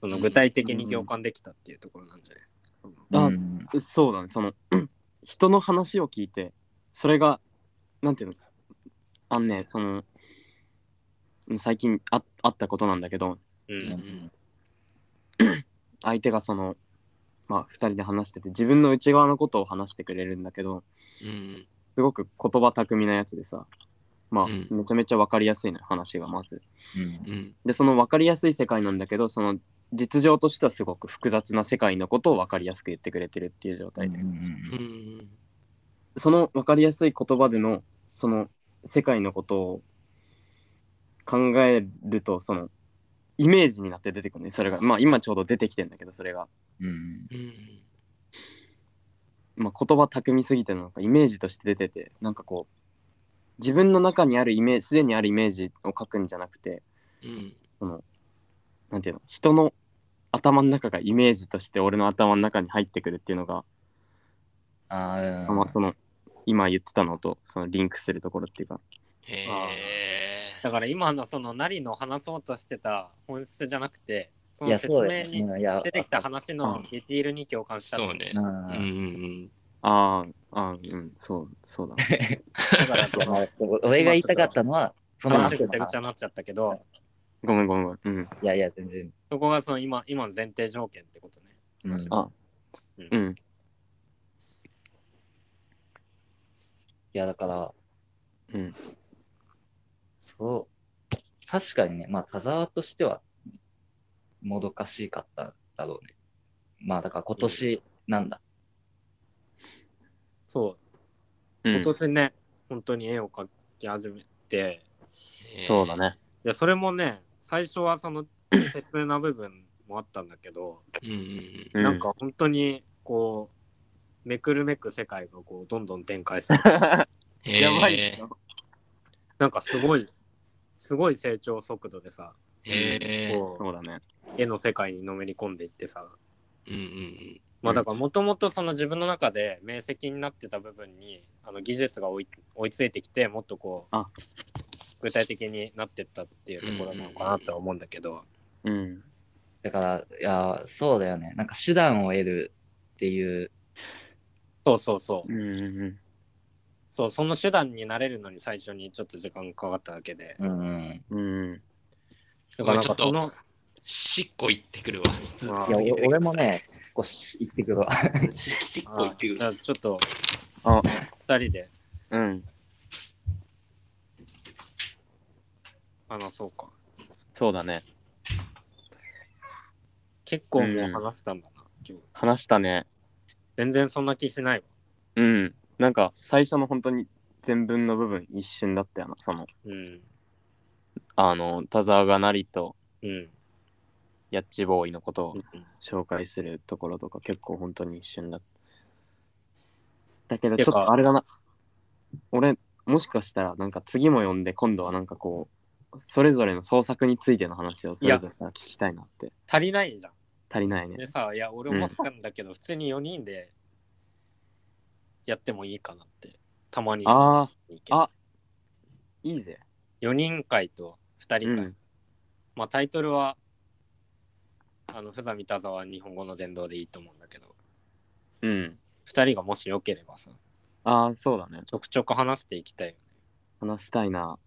A: その具体的に共感できたっていうところなんじゃない、
C: あ
D: うん
C: そうだね。その、 人の話を聞いて、それが、なんていうの、あんね、その、最近ああったことなんだけど、
A: う
B: うんん
C: 相手がその、まあ、2人で話してて、自分の内側のことを話してくれるんだけど、
B: うん
C: すごく言葉巧みなやつでさ、まあ、
B: うん
C: めちゃめちゃ分かりやすいのよ、話がまず。
D: うん
B: うん
C: でその分かりやすい世界なんだけどその実情としてはすごく複雑な世界のことを分かりやすく言ってくれてるっていう状態で、
B: うんうん
C: その分かりやすい言葉でのその世界のことを考えるとそのイメージになって出てくるねそれがまあ今ちょうど出てきてんだけどそれが、
D: うん
B: うん
C: まあ、言葉巧みすぎてなのかイメージとして出ててなんかこう自分の中にあるイメージすでにあるイメージを書くんじゃなくて
B: うん
C: そのなんていうの人の頭の中がイメージとして俺の頭の中に入ってくるっていうのが、
D: あー
C: まあその今言ってたのとそのリンクするところっていうか
B: へえ。
A: だから今のそのなりの話そうとしてた本質じゃなくてそ
D: い
A: の
D: や、
A: 説
D: そうだ
A: 明
D: よね。
A: に
D: うんいや
A: 出てきた話のディティールに共感した、
B: そうね
D: う。
B: うん
D: ん
B: うんうん。
C: あーあーうんそうそうだ
A: だからそ
D: いやまあ
A: の
D: 俺が言いたかったのは、その
A: 話ぐ
D: 後の
A: ちゃぐ
D: 話
A: ちゃになっちゃったけど
C: ごめんごめんごめんうん
D: いやいや、全然。
A: そこがその今今の前提条件ってことね
D: うん
C: あうん
D: いや、だから、
C: うん
D: そう、確かにね、まあ、田沢としては、もどかしかっただろうね。まあ、だから今年なんだ。
A: そう
C: うん
A: 今年ね、本当に絵を描き始めて、
B: へー
C: そうだ。ね
A: でそれもね、最初はその切な部分もあったんだけど、
B: うんうん
C: う
A: なんか本当にこう、めくるめく世界がこうどんどん展開さ れて、
C: や
B: うん。へー
C: ばいよ
A: なんかすごい、すごい成長速度でさ、
B: へえ。
A: こ
C: そうだね
A: う絵の世界にのめり込んでいってさ、
B: うんうん
A: まあだからもともとその自分の中で明晰になってた部分にあの技術が追い追いついてきてもっとこう
C: あ
A: 具体的になってったっていうところなのかなとは思うんだけど、
C: うん
D: だから、いや、そうだよね。なんか手段を得るっていう、
A: そうそうそう
C: うんうん
A: そうその手段になれるのに最初にちょっと時間かかっただけで
D: うん、
C: うんうん
A: だからなん
B: ちょ
A: か
B: っと
A: その
B: しっこ行ってくるわ。
A: あ
D: いや、お俺 も。ね、少し言ってくるわ。
B: しっこ行
A: あ
B: ってく
A: じ
B: る
A: ゃ。あちょっと
C: あ
A: 2人で
C: うん
A: 話そうか
C: そうだね
A: 結構もう話したんだな、今日
C: 話したね
A: 全然そんな気しないわ
C: うんなんか最初の本当に全文の部分一瞬だったよなその
A: うん
C: あの田沢がなりと
A: うん
C: ヤッチボーイのことを
A: うん
C: 紹介するところとか結構本当に一瞬だだけどち
A: て
C: ょっ
A: か
C: とあれだな俺もしかしたらなんか次も読んで今度はなんかこうそれぞれの創作についての話をそれぞれから聞きたいなって
A: 足りないじゃん
C: 足りないね
A: でさいや俺思ったんだけど、普通に4人でやってもいいかなって、たまに
C: ああ、
A: いいけど
C: あいいぜ。
A: 4人会と2人会。
C: うん
A: まあタイトルは、あの、ふざみたざは日本語の伝道でいいと思うんだけど、
C: うん。
A: 2人がもしよければさ、
C: ああ、そうだね。
A: ちょくちょく話していきたいよね。
C: 話したいな。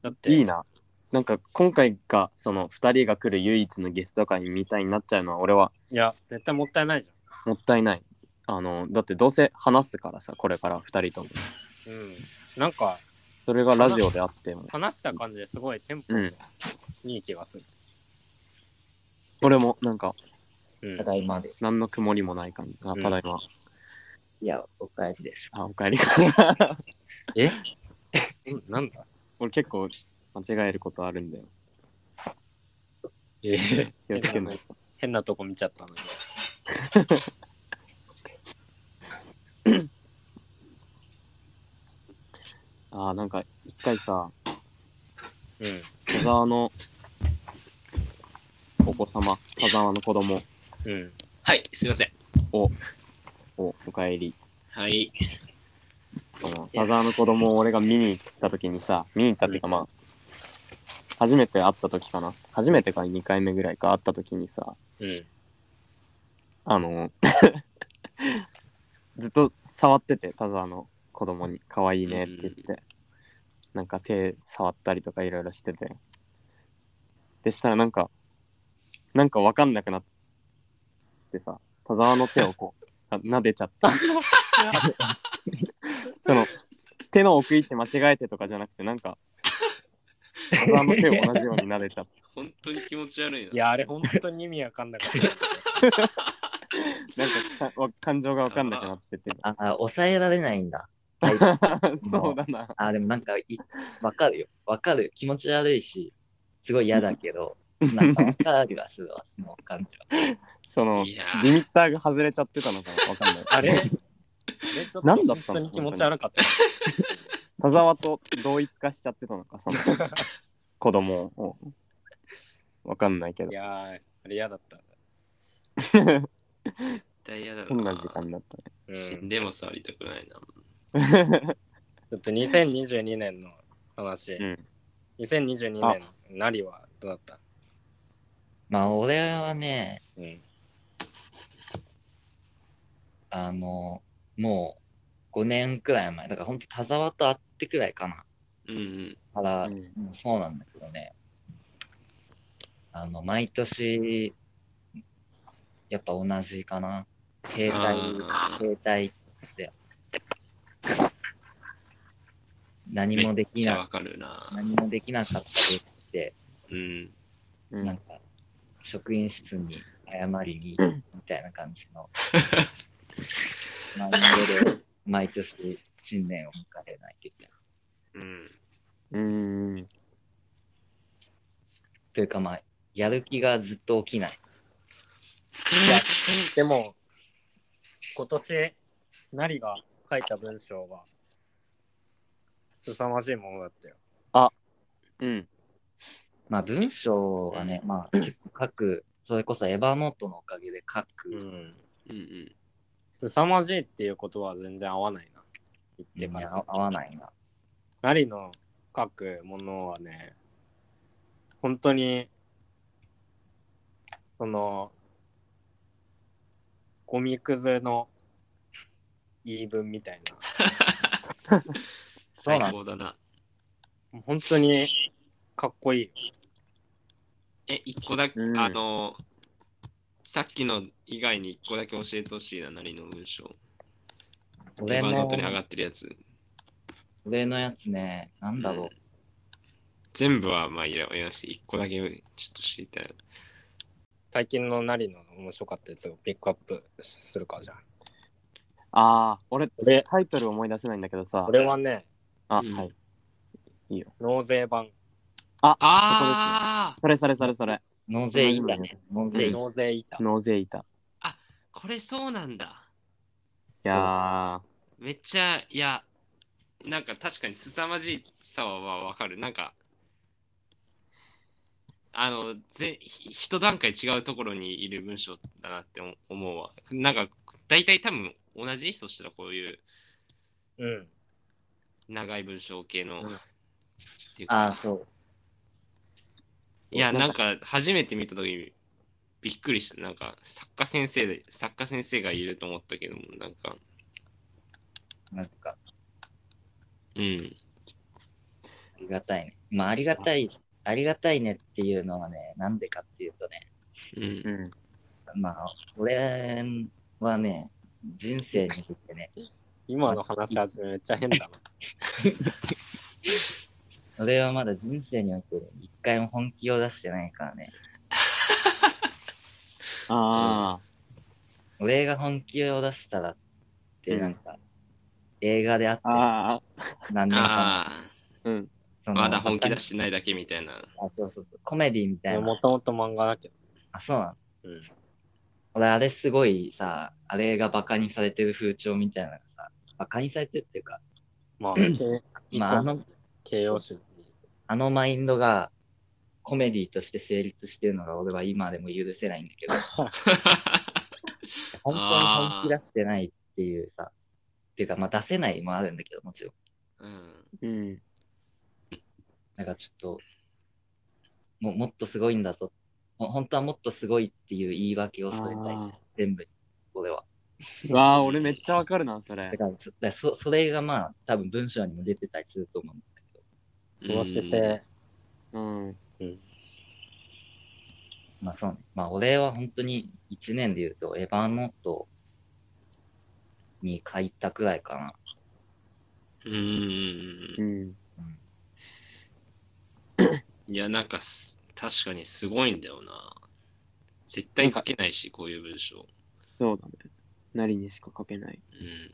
A: だって、
C: いいな。なんか今回がその2人が来る唯一のゲスト会みたいになっちゃうのは俺はい
A: や、絶対もったいないじ
C: もったいない。あのだってどうせ話すからさこれから2人とも
A: ゃん。うん。なんか、
C: それがラジオであっても
A: 話した感じですごいテンポ
C: うん
A: いい気がする。
C: 俺もなんか
A: うん
D: ただいまです。
C: 何の曇りもない感じあ
A: うん
C: ただいま、
D: いや、お帰りです。
C: あおかえり か
A: うんなんだ
C: 俺結構間違えることあるんだよ
A: ええ
C: 気をつけないと
A: 変なとこ見ちゃったのに。
C: あーなんか一回さ
A: うん。
C: 田沢のお子様田沢の子供
A: うん。
B: はい、すいません。
C: をおかえり
B: はい。
C: その田沢の子供を俺が見に行った時にさ見に行ったっていうかまあ、初めて会った時かな初めてか2回目ぐらいか会った時にさ
A: うん。
C: あの ずっと触ってて田沢の子供に可愛いねって言って、なんか手触ったりとかいろいろしててでしたらなんかなんか分かんなくなってさ田沢の手をこうあ撫でちゃったその手の置く位置間違えてとかじゃなくてなんか田沢の手を同じように撫でちゃっ
B: 本当に気持ち悪いな。
A: いや、あれ本当に意味わかんなかった。
C: たなんかかわ感情が分かんなくなってて
D: ああ、抑えられないんだ。
C: そうだな
D: ああ、でもなんかい、わかるよ。わかるよ。気持ち悪いし、すごい嫌だけど、なんかわかるわ、すごい、その感じは。
C: その
B: いや
C: リミッターが外れちゃってたのかわかんない。
A: あれあれちょっと
C: なんだったの
A: 本当に気持ち悪かった。
C: 田沢と同一化しちゃってたのか、その子供を。わかんないけど
A: い。やー、あれ嫌だった。
B: 絶対嫌だな。
C: こんな時間だっ
A: う
B: 死ん
A: ん。
B: でも触りたくないな。
C: たね。
A: ちょっと2022年の話。
C: うん
A: 2022年、なりはどうだった
D: まあ、俺はね、
A: うん。
D: あの、もう5年くらい前、だから本当田沢と会ってくらいかな。
B: うんうん。
D: から、
C: うん
D: もうそうなんだけどね。あの、毎年、やっぱ同じかな。携帯、
B: あー
D: 携帯で。何もで
B: め
D: き
B: っちゃ
D: な
B: わかるな。
D: 何もできなかった時って、
B: うん。
C: う
D: な
C: ん、
D: んか、職員室に謝りに、みたいな感じ の。まあ、それで、毎年、新年を迎えないといけない。
B: うん。
C: うーん。
D: というか、まあ、やる気がずっと起きない。
A: でも、今年、なりが書いた文章は、凄まじいものだったよ。
C: うん。
D: まあ文章はね、まあ結構書く、それこそエヴァノートのおかげで書
A: う
D: く。
A: ん。
B: うんうん。
A: 凄まじいっていうことは全然合わないな。言ってか
D: に
A: ら。
D: 合わないな。
A: なりの書くものはね、本当に、その、ゴミくずの言い分みたい
B: 最高だな。
A: な、本当にかっこいいよ。
B: え、一個だけ、
C: うん
B: あの、さっきの以外に一個だけ教えてほしいな、なりの文章。
D: 俺
B: 今、
D: の
B: 外、に上がってるやつ。
D: 俺のやつね、なんだろう。
B: 全部はまあいらないし、一個だけちょっと知りたい。
A: 最近のなりの面白かったやつをピックアップするかじゃん。
C: ああ、俺、
A: 俺
C: タイトル思い出せないんだけどさ
A: こ。れはね、
C: あ、
B: うん
C: はい。
A: 納税版。
B: ああ、
C: それそれそれそれ。
D: 納税いいんだね。納税いい。
A: 納税板。
C: 納税板。
B: これそうなんだ。
C: いや
B: めっちゃ、いや、なんか確かに凄まじさはわかる。なんか、あの、ぜひ一段階違うところにいる文章だなって思思うわ。なんか、大体多分同じ人したらこういう
A: うん。
B: 長い文章系の。
A: うん
B: っていう
D: ああ、
B: か
D: そう。
B: いや、なんか初めて見たときにびっくりした。なんか作家先生で、作家先生がいると思ったけども、なんか、
D: なんか、
B: うん。
D: ありがたいね。まあ、ありがたい、ありがたいねっていうのはね、なんでかっていうとね、
B: うん。
C: うん。
D: まあ、俺はね、人生にとってね、
A: 今の話はめっちゃ変だな。
D: 俺はまだ人生において一回も本気を出してないからね。
C: ああ、
D: 俺が本気を出したらって、なんか、映画であってさ、
C: ああ、
D: 何年か
B: あ
C: うん。
D: そ
B: あ、
D: の
B: まだ本気出してないだけみたいな。
D: あ、そうそうそう、コメディみたい
A: も
D: な。
A: ともと漫画だけど。
D: あ、そうなの。
A: うん。
D: 俺、あれすごいさ、あれがバカにされてる風潮みたいなのがさ、バカにされてるっていうか、
A: まあ、
D: まあ、あの、
A: 形容詞に。
D: あのマインドがコメディとして成立してるのが俺は今でも許せないんだけど、本当に本気出してないっていうさ、っていうか、まあ出せないもあるんだけど、もちろん。
B: うん。
C: うん。
D: なんかちょっと、ももっとすごいんだぞ。ほ本当はもっとすごいっていう言い訳を
C: あ
D: されたい。
C: ー
D: 全部に、俺は。
C: うわあ、俺めっちゃわかるな、それ
D: だ。から、そだからそそれがまあ、多分文章にも出てたりすると思うんだけど、
A: その姿勢。
C: うん。
D: まあそうね。まあ俺は本当に1年で言うと、エヴァノートに書いたくらいかな。
B: うんうんうん
C: う。ん。
B: いや、なんかす確かにすごいんだよな。絶対書けないし、こういう文章。
C: そうだね。なりにしか書けない。
B: うん。
D: い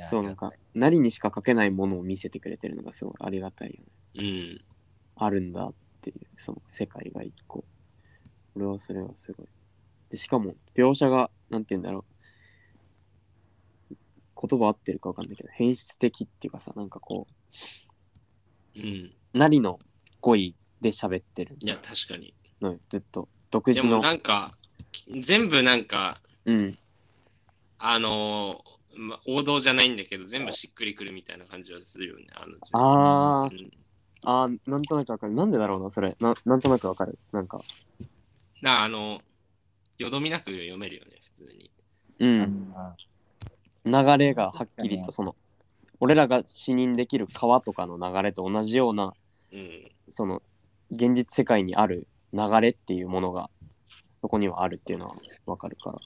D: や
C: そう、なんか、なりにしか書けないものを見せてくれてるのがすごいありがたいよね。
B: うん。
C: あるんだっていう、その世界が一個。俺はそれはすごい。で、しかも、描写が、なんて言うんだろう。言葉合ってるかわかんないけど、変質的っていうかさ、なんかこ
B: うん。
C: う、なりの語彙で喋ってる
B: いや、確かに。
C: のよ、ずっと。独
B: で
C: 自
B: も
C: の。
B: なんか、全部なんか、
C: うん。
B: あのーま、王道じゃないんだけど、全部しっくりくるみたいな感じはするよね。あの
C: あー
B: うん
C: あー、なんとなくわかる。なんでだろうな、それ。ななんとなくわかる。なんか。
B: なあの、よどみなく読めるよね、普通に。
C: う
D: あ
C: ん。流
D: の
C: れがはっきりとその俺らが視認できる川とかの流れと同じような
B: うん。
C: その現実世界にある流れっていうものがそこにはあるっていうのはわかるから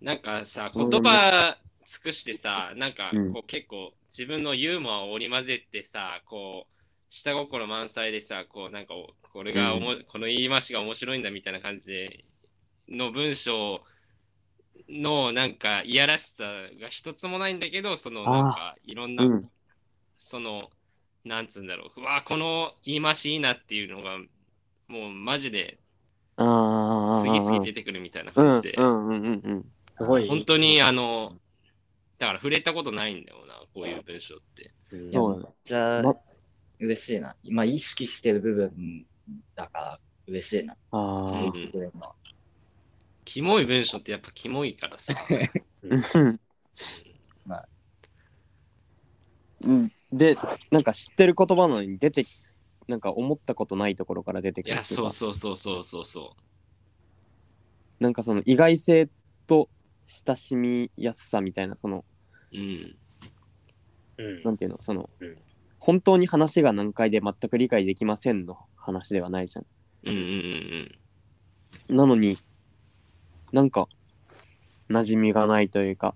B: なんかさ、
C: う
B: 言
C: ん
B: 葉尽くしてさ、なんか
C: うん
B: こう結構自分のユーモアを織り交ぜてさ、こう、下心満載でさ、こう、なんかお、これがおも、この言い回しが面白いんだみたいな感じで、の文章のなんかいやらしさが一つもないんだけど、その
C: あー
B: なんかいろんな、
C: うん
B: その、なんつうんだろう、うわ、この言い回しいいなっていうのが、もうマジで
C: ああ
B: 次々出てくるみたいな感じで。
C: うんうんうんうん
A: すごい。
B: 本当にあの、だから触れたことないんだよな、こういう文章って。
A: うん。
D: や
C: そうだね
D: じゃ
C: ま
D: あ、嬉しいな。今、意識してる部分だから、嬉しいな。
B: う
C: あ
B: ん、
D: これの
B: キモい文章ってやっぱキモいから さ。
C: あうんでなんか知ってる言葉なのに出てなんか思ったことないところから出て
B: い
C: くる
B: や、
C: っていうか
B: そうそうそうそうそうそ
C: なんかその意外性と親しみやすさみたいなその
B: う。うん。
A: うん
C: なんていうのその、
A: うん
C: 本当に話が難解で全く理解できませんの話ではないじゃ
B: うんうんうん
C: ん。なのになんか馴染みがないというか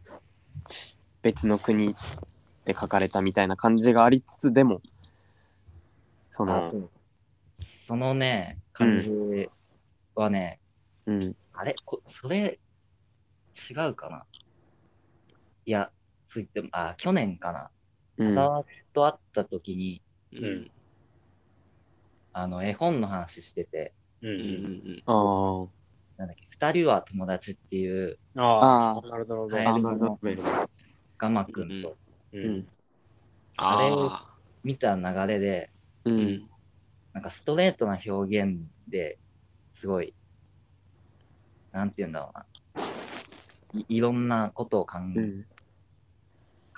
C: 別の国で書かれたみたいな感じがありつつでもそ
D: あ
C: の
D: そうそのね、感じはね、
C: うん
D: あれこそれ、違うかないや、ついても、あ、去年かな。
C: う
D: 田
C: ん
D: 沢と会った時に、
B: うん。うん
D: あの、絵本の話してて、
A: う。
B: うんうんん
C: あー
D: なんだっけ、二人は友達っていう、
A: ああ、なるほど。
D: カエ
C: アー
D: ル
C: ノルド
D: の
C: ベル
D: ガマくん
B: う
D: と
A: うん。
B: ああ。
D: 見た流れで、
C: う
B: うんん。
D: なんかストレートな表現ですごい、なんて言うんだろうな。いいろんなことを考え
C: うん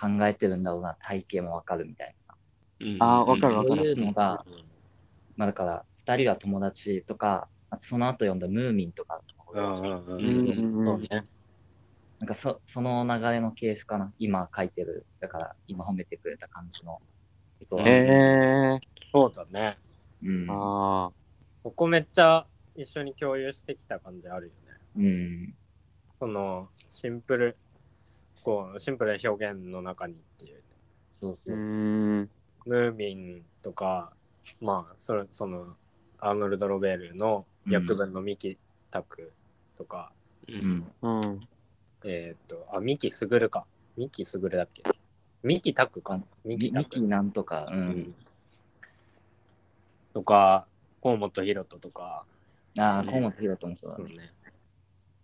D: 考えてるんだろうな、体型もわかるみたいな。
B: うん
C: あーわかるわ
D: そ
C: か
D: う
C: る
D: いうのが、
B: うん
D: まあだから、二人は友達とか、あとその後読んだムーミンとか、
A: うんうんうん
B: う。ん
A: そうね。
D: なんかそその流れの系譜かな、今書いてる、だから今褒めてくれた感じの人は、
B: え
C: えー、
A: そうだね。
D: うん、
C: あ
A: ここめっちゃ一緒に共有してきた感じあるよね。
D: うん、
A: そのシンプル、こう、シンプルな表現の中にっていう。
D: そう
C: ー
D: そうう、
C: ん
A: ムーミンとか、まあ、それその、アーノルド・ロベールの役分のミキ・タクとか、
B: う
D: うんん、
C: うん
A: えーっと、あ、ミキ・スグルか。ミキ・スグルだっけミキ・タクかな。ミ
D: ミ
A: キ・タ
D: ミ
A: ク
D: キ。なんとか、うん、
A: とか、河本ヒロトとか、
D: ああ、
B: うん
D: 河本大翔もそうだ
A: そう
D: ね。
A: ね、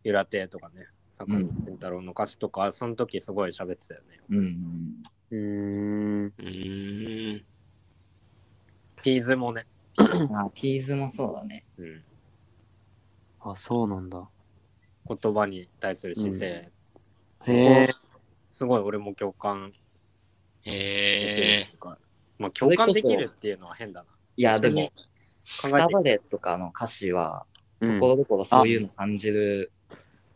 A: ゆら亭とかね、坂
D: うん
A: 本健太郎の歌詞とか、その時すごい喋ってたよね。
D: うん、うん、
C: うーん
B: うーん
A: ピーズもね。
D: あーピーズもそうだね。
A: うん
C: あそうなんだ
A: 言葉に対する姿勢、
C: へえ
A: すごい俺も共感できるっ
B: へ
A: ていうか、まあ共感できるっていうのは変だな。
D: いや、で
A: で
D: も
A: も、
D: ス
A: 考え
D: タ
A: て
D: バレとかの歌詞は、
C: う
D: とこ
C: ん
D: ろどころそういうの感じる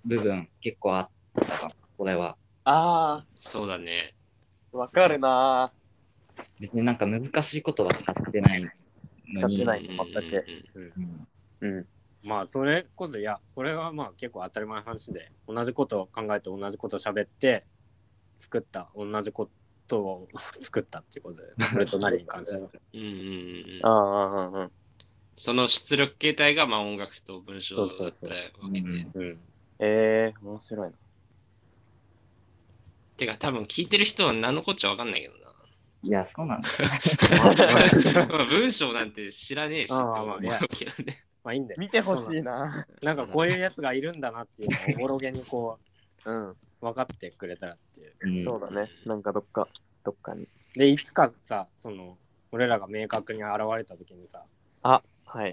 D: 部分、結構あったかも、これは。
C: あ
B: ーそうだね。
C: ーわかるな
D: 別になんか難しいことは使ってな
C: ー
D: いのに。
C: 使ってな
B: う
C: い
B: ん
C: の全く
D: うん
C: うん
A: まあそれこそいやこれはまあ結構当たり前の話で同じことを考えて同じことを喋って作った同じことを作ったっていうことで俺となりに関 しては
B: うんうんうん
C: ああうんうん
B: その出力形態がまあ音楽と文章だったわ
A: そうそう
B: け
D: う
B: で
D: ん。
A: うん
C: ええー、面白いな
B: てか多分聞いてる人は何のこっちゃわかんないけどな。
D: いや、そう なんだ。
B: まあ文章なんて知らねえしと
A: あー
B: 思うけ
A: まあ
B: どね。
A: まあいいんで
C: 見てほしいな
A: なんかこういうやつがいるんだなっていうのをおぼろげにこ
C: うん、
A: う分かってくれたらっていう
D: うん
C: そうだねなんかどっかどっかに
A: でいつかさその俺らが明確に現れた時にさ
C: は い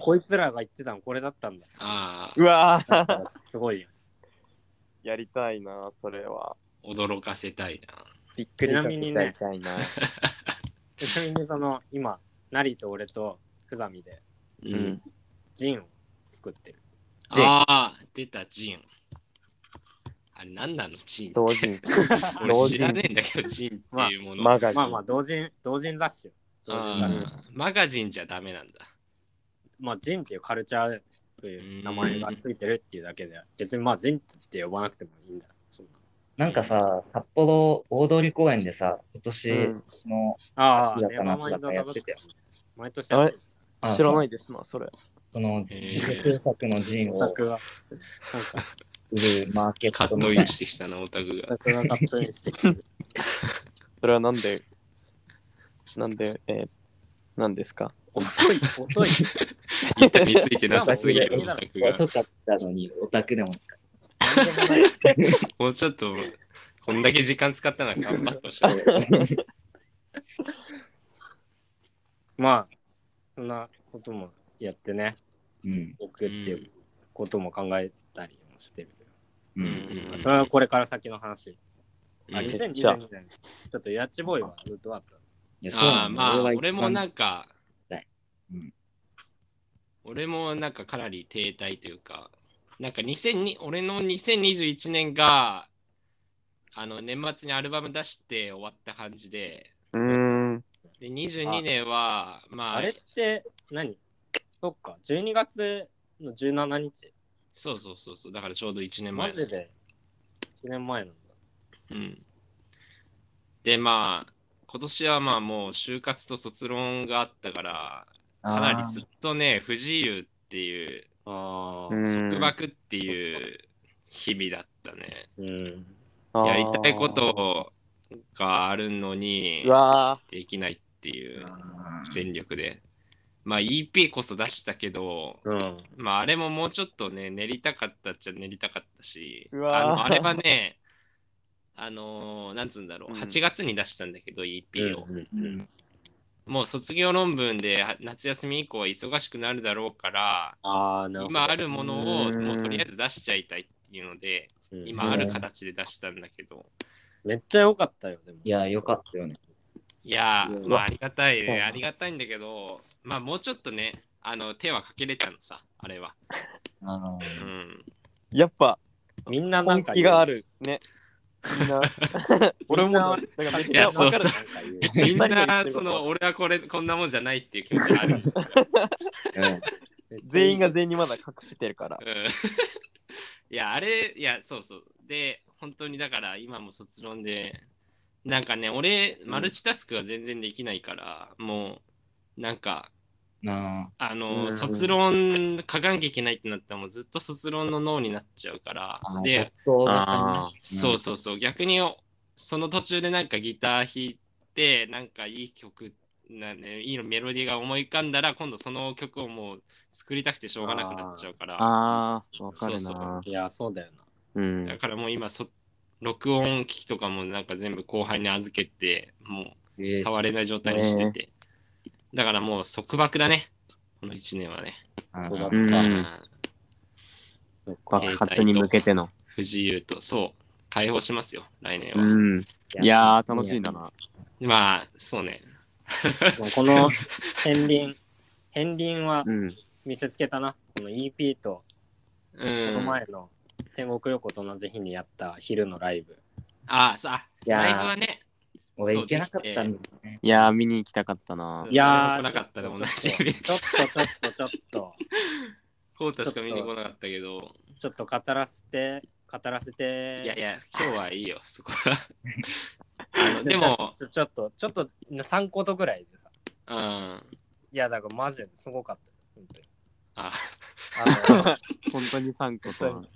A: こいつらが言ってたのこれだったんだ
B: ああ、
C: うわー
A: だからすごいよ
C: やりたいなそれは
B: 驚かせたいな。
C: びっくり
A: ちな
C: さ
A: みに
C: せ
A: ね
C: ちゃいたいな、
A: ちなみにその今なりと俺とふざみで
B: う
C: うん。
A: ジンを作ってる
C: ジン
B: ああ、出た、ジン。あれ、何なの、ジンって。
C: 同人誌
B: 俺
C: 同
B: 知ら
C: 人
B: ねえんだ
C: 誌
B: けど、ジンっていうもの。
C: マガジ
A: まあ
C: ン、
A: まあ同人同人雑誌よ同人雑誌
B: あーマガジンじゃダメなんだ。
A: まあジンっていうカルチャーという名前がついてるっていうだけで別にまあジンって呼ばなくてもいいんだそんな
D: なんかさ、札幌大通公園でさ、今年の、
A: ああ
D: や
A: ネ
D: っ
A: バ
D: ぱ
A: ーマイ
D: 夏
A: ン
D: だ
A: ド
D: か
A: ザ
D: や
A: ブ
D: っ
A: ス
D: て
A: ク
D: たよ
A: 毎年やってる
D: あ
C: 知らないですなそれ
D: その
B: えー
D: 自主制作のジン
A: オ
D: を
A: タクが
D: 売るマーケ
B: カ
D: ット
B: ッ
D: の
B: トインしてきたな、オタク
A: オ
B: が。
A: タクがカットインしてくる
C: それはなんでなんでえー、なんですか
A: 遅い遅い
B: 板についてなさすぎる
A: いや
B: オ
A: いや
B: タクが。
D: 遅かったのに、オタクでも。
A: なんでもない
B: もうちょっと、こんだけ時間使ったら頑張ってほ しい。
A: まあそんなこともやってね
D: うん。
A: 置くっていうことも考えたりもしてるけど
D: う
B: うん
D: ん。
B: うんうん
A: それはこれから先の話あ
B: うん
A: 2022年ちょっとやっちボーイはずっとあった
D: いや、そう
B: ああ、
D: なんだ
B: まあ、
D: は
B: 俺
D: 一番
B: もなんか
D: はいうん、
B: 俺もなんかかなり停滞というか、なんか2002俺の2021年が、あの年末にアルバム出して終わった感じで、
C: うーん
B: で22年は、まあ、
A: あれって何そっか、12月の17日。
B: そうそうそうそう、だからちょうど1年
A: マ
B: 前だ
A: ジで1年前なんだ。
B: うん。で、まあ、今年はまあもう就活と卒論があったから、かなりずっとね、不自由っていう、
A: あ
C: う
A: あ。
C: ん
B: 束縛っていう日々だったね。
A: うん。
C: あー
B: やりたいことがあるのに
C: う、わ
B: できないっていう、
D: あー
B: 全力で。まあ EP こそ出したけど、
A: うん。
B: まああれももうちょっとね、練りたかったっちゃ練りたかったし、あ
C: うわー
B: のあれはね、あのーなんつうんだろう、
C: うん
B: 8月に出したんだけど、EP を。
D: うん
B: もう卒業論文では夏休み以降は忙しくなるだろうから、
A: ああ、なるほど。
B: 今あるものを
C: うん
B: もうとりあえず出しちゃいたいっていうので、
A: うん、
B: 今ある形で出したんだけど、
A: めっちゃ良かったよ、でも。
D: いや、よかったよね。
B: いやー、
A: うん
B: まあ、ありがたい
A: そう
B: ね。ありがたいんだけど、まあ、もうちょっとね、あの、手はかけれたのさ、あれは。
D: あのー
B: うん。
E: やっぱ
A: みんななん
E: 本
A: か
E: 気があ
A: る。。
E: るね。みんな俺もなんかめっ
B: い
E: ちゃ
B: や
E: わかる
B: そうそうみん
E: 二人の言っ
B: な
E: て、るこ
B: そ
E: と
B: の、俺はこれ、こんなもんじゃないっていう気持ちがある。
D: うん
E: 全員が全員にまだ隠してるから
B: う。ん いや、あれ、いや、そうそう。で、本当にだから、今も卒論で、なんかね、俺、マルチタスクが全然できないから、もう、なんか、
D: な
B: あの、
E: うん
B: 卒論書かなきゃいけないってなったら、もうずっと卒論の脳になっちゃうから
D: あ、の、
B: で、
D: 夫
E: あ
B: そうそうそう、逆に、その途中でなんかギター弾いて、なんかいい曲、なんね、いいメロディーが思い浮かんだら、今度その曲をもう作りたくてしょうがなくなっちゃうから。
E: ああ、わかる
B: そうそ
E: ない
A: や、そうだよな。
E: うん
B: だ。からもう今そ、録音機器とかもなんか全部後輩に預けて、もう
D: えー
B: 触れない状態にしてて。だからもう束縛だね、この1年はね。
D: あ
A: そうだ
D: の
A: った
E: うん
B: あー
E: バックハットに向けての。
B: 不自由と、そう、解放しますよ、来年
E: う
B: は。
E: ん。いやー、楽しみだな。
B: まあ、そうね。
A: でもこの片鱗、 片鱗は
E: うん。
A: 見せつけたな。この EP と、
B: う
A: この
B: ん。
A: 前の天国横と同じ日にやった昼のライブ。
B: あ、さ、
D: いやー
B: ライブはね、
D: 俺行けなかったんだよね。
E: いやー、見に行きたかったな。
A: いやー
B: 来なかったでも同
A: ち
B: じ
A: ょっ。と、ちょっと、ちょっと、ちょっ
B: コータしか見に来なかったけど、
A: と、ちょっと語らせて、語らせて。
B: いやいや、今日はいい よ、そこは。あのでも、
A: ちょ、ちょっと、ちょっと、3個とぐらいでさ。
B: うん。
A: いや、だからマジですごかったよ。
B: あ
A: 本当にあの
E: 本当に3個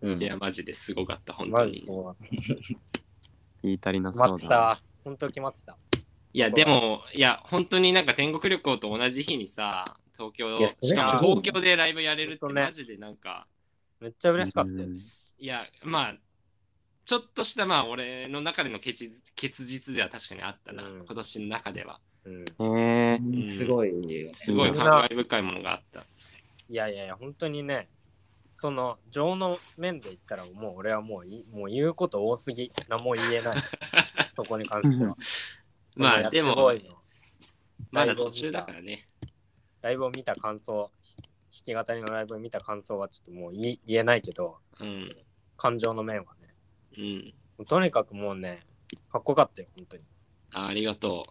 E: と
B: いや、マジですごかった、本当
A: マジ
B: に。
A: ですごかった。
E: 言い足りな
A: 決
E: そ
A: ま
E: う
A: っ
E: だ。
A: てた。本当決まってた。
B: いや、でも、いや、本当になんか天国旅行と同じ日にさ、東京
D: いや、それ
B: しか
A: すごいね
B: も東京でライブやれるって
A: 本当ね
B: マジでなんか、
A: めっちゃ嬉しかったよ
E: う
A: ね
E: ん。
B: いや、まあ、ちょっとしたまあ、俺の中での結実結実では確かにあったな、
A: うん
B: 今年の中では。
A: うん
E: へえ
D: う。んすごいよね。
B: すごい
A: うん
B: 感慨深いものがあった。
A: いやいやいや、本当にね、その情の面で言ったら、もう俺はもういもう言うこと多すぎ、何も言え ない、そこに関しては。
B: まあ、で
A: やすご
B: も
A: い、の
B: まだ途中だからね。
A: ライブを見た感想、ひ弾き語りのライブを見た感想はちょっともう言い言えないけど、
B: うん。
A: 感情の面はね、
B: うん。
A: もうとにかくもうね、かっこよかったよ、本当に。
B: あありがと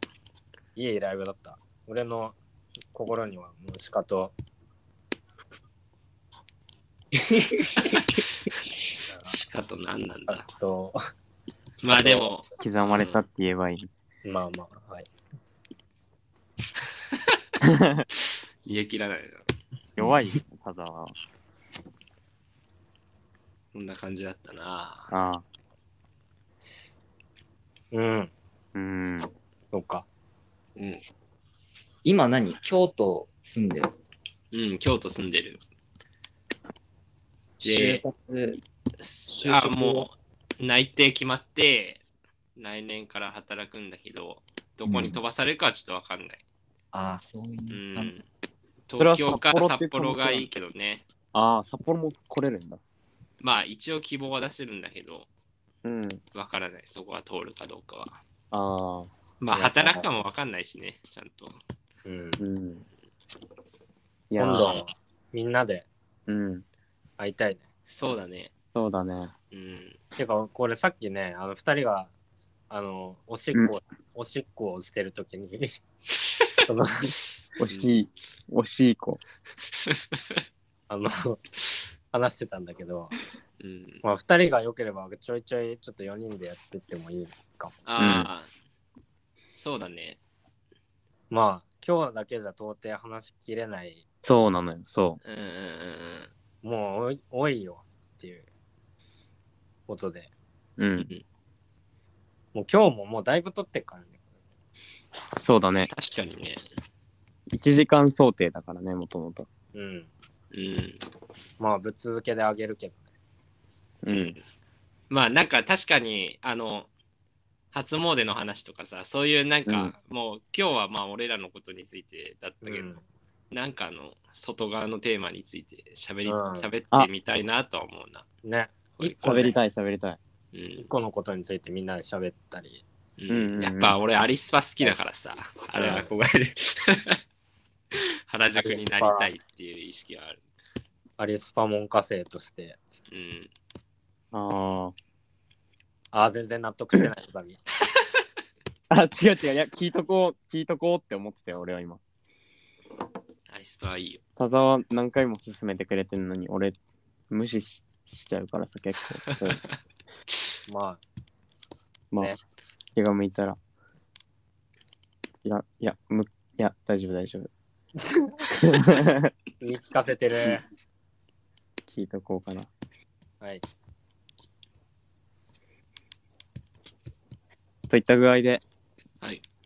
A: いいライブだった。俺の心にはもうしかと。
B: う。しかと何なんだ。
A: あと、
B: まあでも、
E: 刻まれたって言えばいい。
A: まあまあ、はい。
B: 言え切らないな。
E: 弱い、田沢は。
B: こんな感じだったな。
E: ああ。
A: うん、
E: うん。
A: そうか。
B: うん。
D: 今何京都住んでる。
B: うん、京都住んでる。
D: 就
B: で
D: 活。
B: あもう内定決まって来年から働くんだけどどこに飛ばされるかはちょっとわかんない、
D: ああ、そういうう感じ。
B: ん、
E: れは
B: 東京か
E: 札幌って
B: 札幌がいいけどね
E: ああ、札幌も来れるんだ。
B: まあ一応希望は出せるんだけど
E: うん。
B: わからないそこが通るかどうかは
E: ああ。
B: まあ
A: いや
B: 働くかもわかんないしねちゃんと
A: うん、
E: うん。いや
A: 今
E: ー、
A: 度、みんなで
E: うん。
A: 会いたいね。
B: そうだね
E: そうだね。
B: うん
A: てか、これさっきね、あの、二人が、あの、おしっこ、おしっこをしてるときに、 その、
E: 惜しい、惜しい子。
A: あの、話してたんだけど、
B: うん
A: まあ、二人が良ければ、ちょいちょい、ちょっと四人でやってってもいいかも。
B: ああ、そうだね
A: まあ、今日だけじゃ到底話しきれない、
E: そうなのよ、そ
B: うんうんうんうん
A: もう多い、多いよっていうことで、
E: う。う。
B: うんん
A: もう今日ももうだいぶ撮ってっからね。
E: そうだね。
B: 確かにね
E: 1時間想定だからね、もともと。
A: うん。
B: うん
A: まあ、ぶっ続けであげるけどね。
E: うん。
B: まあなんか確かにあの初詣の話とかさそういうなんか、もう今日はまあ俺らのことについてだったけど、
A: うん
B: なんかあの外側のテーマについて喋り、
A: うん
B: 喋ってみたいなとは思うな。
A: ね。
B: これ
A: 一個
E: 喋
A: ね
E: りたい、喋りたい。
B: うん
A: 一個のことについてみんなで喋ったり、
B: うん
C: うんうんうん
B: やっぱ俺アリスパ好きだからさ、あれ憧れる。 原宿になりたいっていう意識はある。
A: アリスパモン科生として、
B: うん、
C: あ
A: ああ、全然納得してない、ふざ み。
C: あ。あ、違う違う。いや、聞いとこう、聞いとこうって思ってたよ、俺は今。
B: アリスパはいいよ。
C: 田沢何回も勧めてくれてるのに、俺、無視ししちゃうからさ、結 構。うん
A: ま
C: まあ、
A: ね
C: 気が向いたら。いや、いや、むいや、大丈夫、大丈夫。
A: あ、言い聞かせてる。
C: 聞いとこうかな。
A: はい。
C: といった具合で、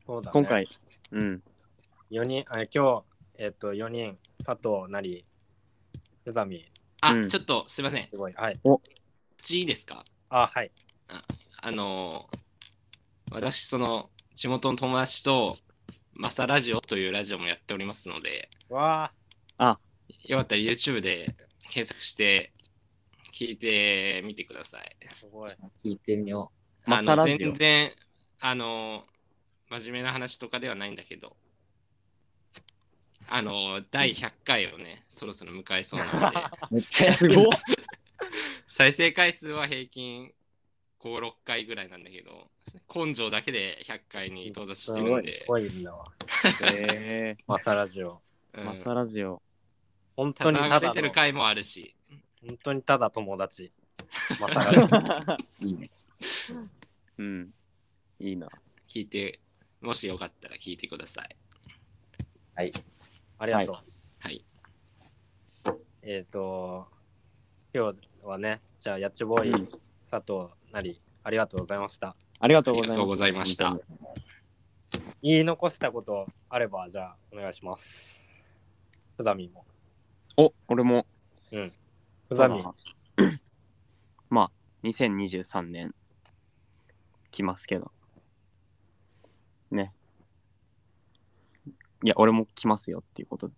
A: そうだね、
C: 今回、うん、
A: 4人、あ今日、えっと、4人、佐藤なり、ふざみ、
B: あ、
C: うん
B: ちょっとすいません。
A: すごい。はい。
B: 口いいですか
A: あ、はい。
B: あのー私、その、地元の友達と、マサラジオというラジオもやっておりますので、
A: わあ、
B: よかったら YouTube で検索して、聞いてみてください。
A: すごい。、
D: 聞いてみよ
C: マ
B: あの
C: サラジオ
B: 全然、あの、真面目な話とかではないんだけど、あの、第100回をね、そろそろ迎えそうなので、
D: う。めっちゃや
C: す
D: る。
C: ごっ
B: 再生回数は平均5、6回ぐらいなんだけど、根性だけで100回に到達してるんです
A: ごいんだわ。
C: え
A: マサラジオ。
B: う
C: ー、
B: ん、
C: マサラジオ。
A: 本
B: た
A: 当に
B: だ
A: ただ
B: が出
A: の
B: てる回もあるし、
A: 本当にただ友達。マサラジ
D: いいね。
C: うん、いいな。
B: 聞いて、もしよかったら聞いてください。
A: オ。ありがとう。
B: はい。
A: えっ、と、今日はね、じゃあ、やっちょボーイ、
C: うん
A: 佐藤なり、ありがとうございました。
C: ありがと
B: あ
C: う
B: り
C: ござい
B: が
C: ます
B: とうございまし。た
C: 本。当に
A: 言い残したことあれば、じゃあ、お願いします。ふざみんも。
C: お、俺も、
A: ふざみん
C: ま、あまあ、2023年、来ますけど。ね。いや、俺も来ますよっていうことで。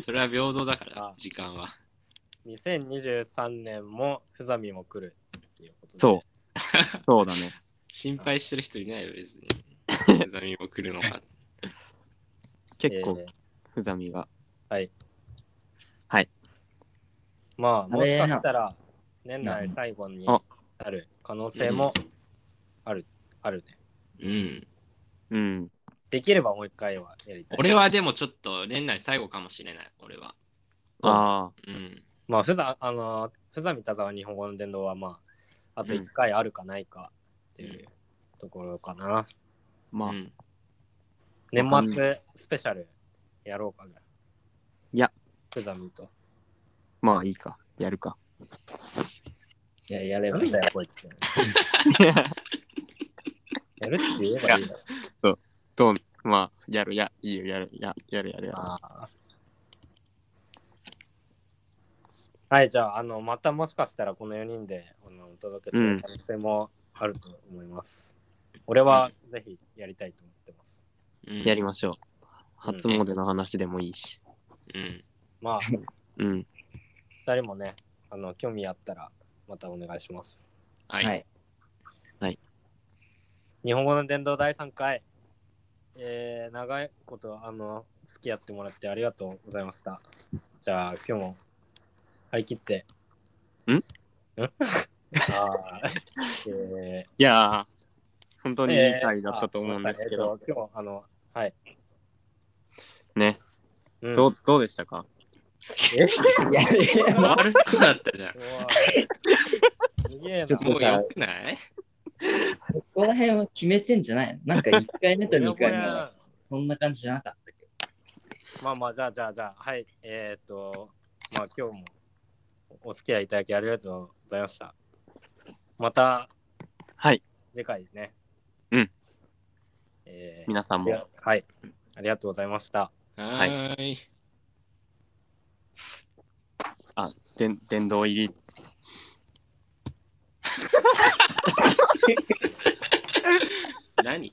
B: それは平等だか
A: あ
B: ら、時間は。
A: 2023年もふざみんも来るっていうことで。
C: そ う。そうだね。
B: 心配してる人いないよ、別に。手紙も来るのか。
C: 結構
A: え、ー
C: ふざみが。
A: まあ、
D: あ
A: もし
D: れ
A: かしたら、年内最後に
C: あ
A: なる可能性もある、あるね。
B: うん。
C: うん。
A: できればもう一回はやりたい。
B: 俺はでもちょっと年内最後かもしれない、俺は。
C: あ
B: うん。
A: まあ、ふざ、あのー、ふざみたざわ日本語の伝道は、まあ、あと
B: うん
A: 1回あるかないかっていうところかな。
C: あ、まあ、
B: うん
C: わかん
A: 年末スペシャルやろうかな。
C: いや。
A: ふざみと。
C: まあいいか。や るか。
D: いや、やれ
A: な
D: ば
A: ん
D: いい
A: だよ、こいつ。やるって言えばいいだろ。
C: どうまあ、やる、や、いいよ、やる、や、やる、やる、やる。
A: あーはい、じゃあ、あの、またもしかしたらこの4人であのお届けする可能性もあると思います。俺はぜひやりたいと思ってます。
B: うん
C: やりましょ
A: う
C: う。
A: ん
C: 初詣の話でもいいし。
B: うん。
A: まあ、
C: うん。
A: 誰もね、あの、興味あったらまたお願いします。
B: はい。
D: はい
A: 日本語の伝道第3回、えー、長いこと、あの、付き合ってもらってありがとうございました。じゃあ、今日も張り切って。
C: ん
A: ん あーえー
C: いやー、本当にいい回だったと思うんですけど、。
A: えーあごめんなさいえーと今日、あの、はい。
C: ね、
A: うん
C: どうどうでしたか
D: いや、いや、まあ、
B: 悪くだったじゃん。
A: うわすげえな。
D: ちょっと
B: もうよくない
D: ここら辺は決めてんじゃないのなんか1回目と2
A: ほやほ
D: 回目
A: や
D: はそんな感じじゃなかったけど。
A: まあまあ、じゃあじゃあじゃあ、はい。えーっと、まあ今日もお付き合いいただきありがとうございました。また
C: はい、
A: 次回ですね。
C: うん。
A: えー
C: 皆さんも。
A: はい。ありがとうございました。
B: は
C: はい
B: ーい。
C: あ、でん殿堂入り。
B: 何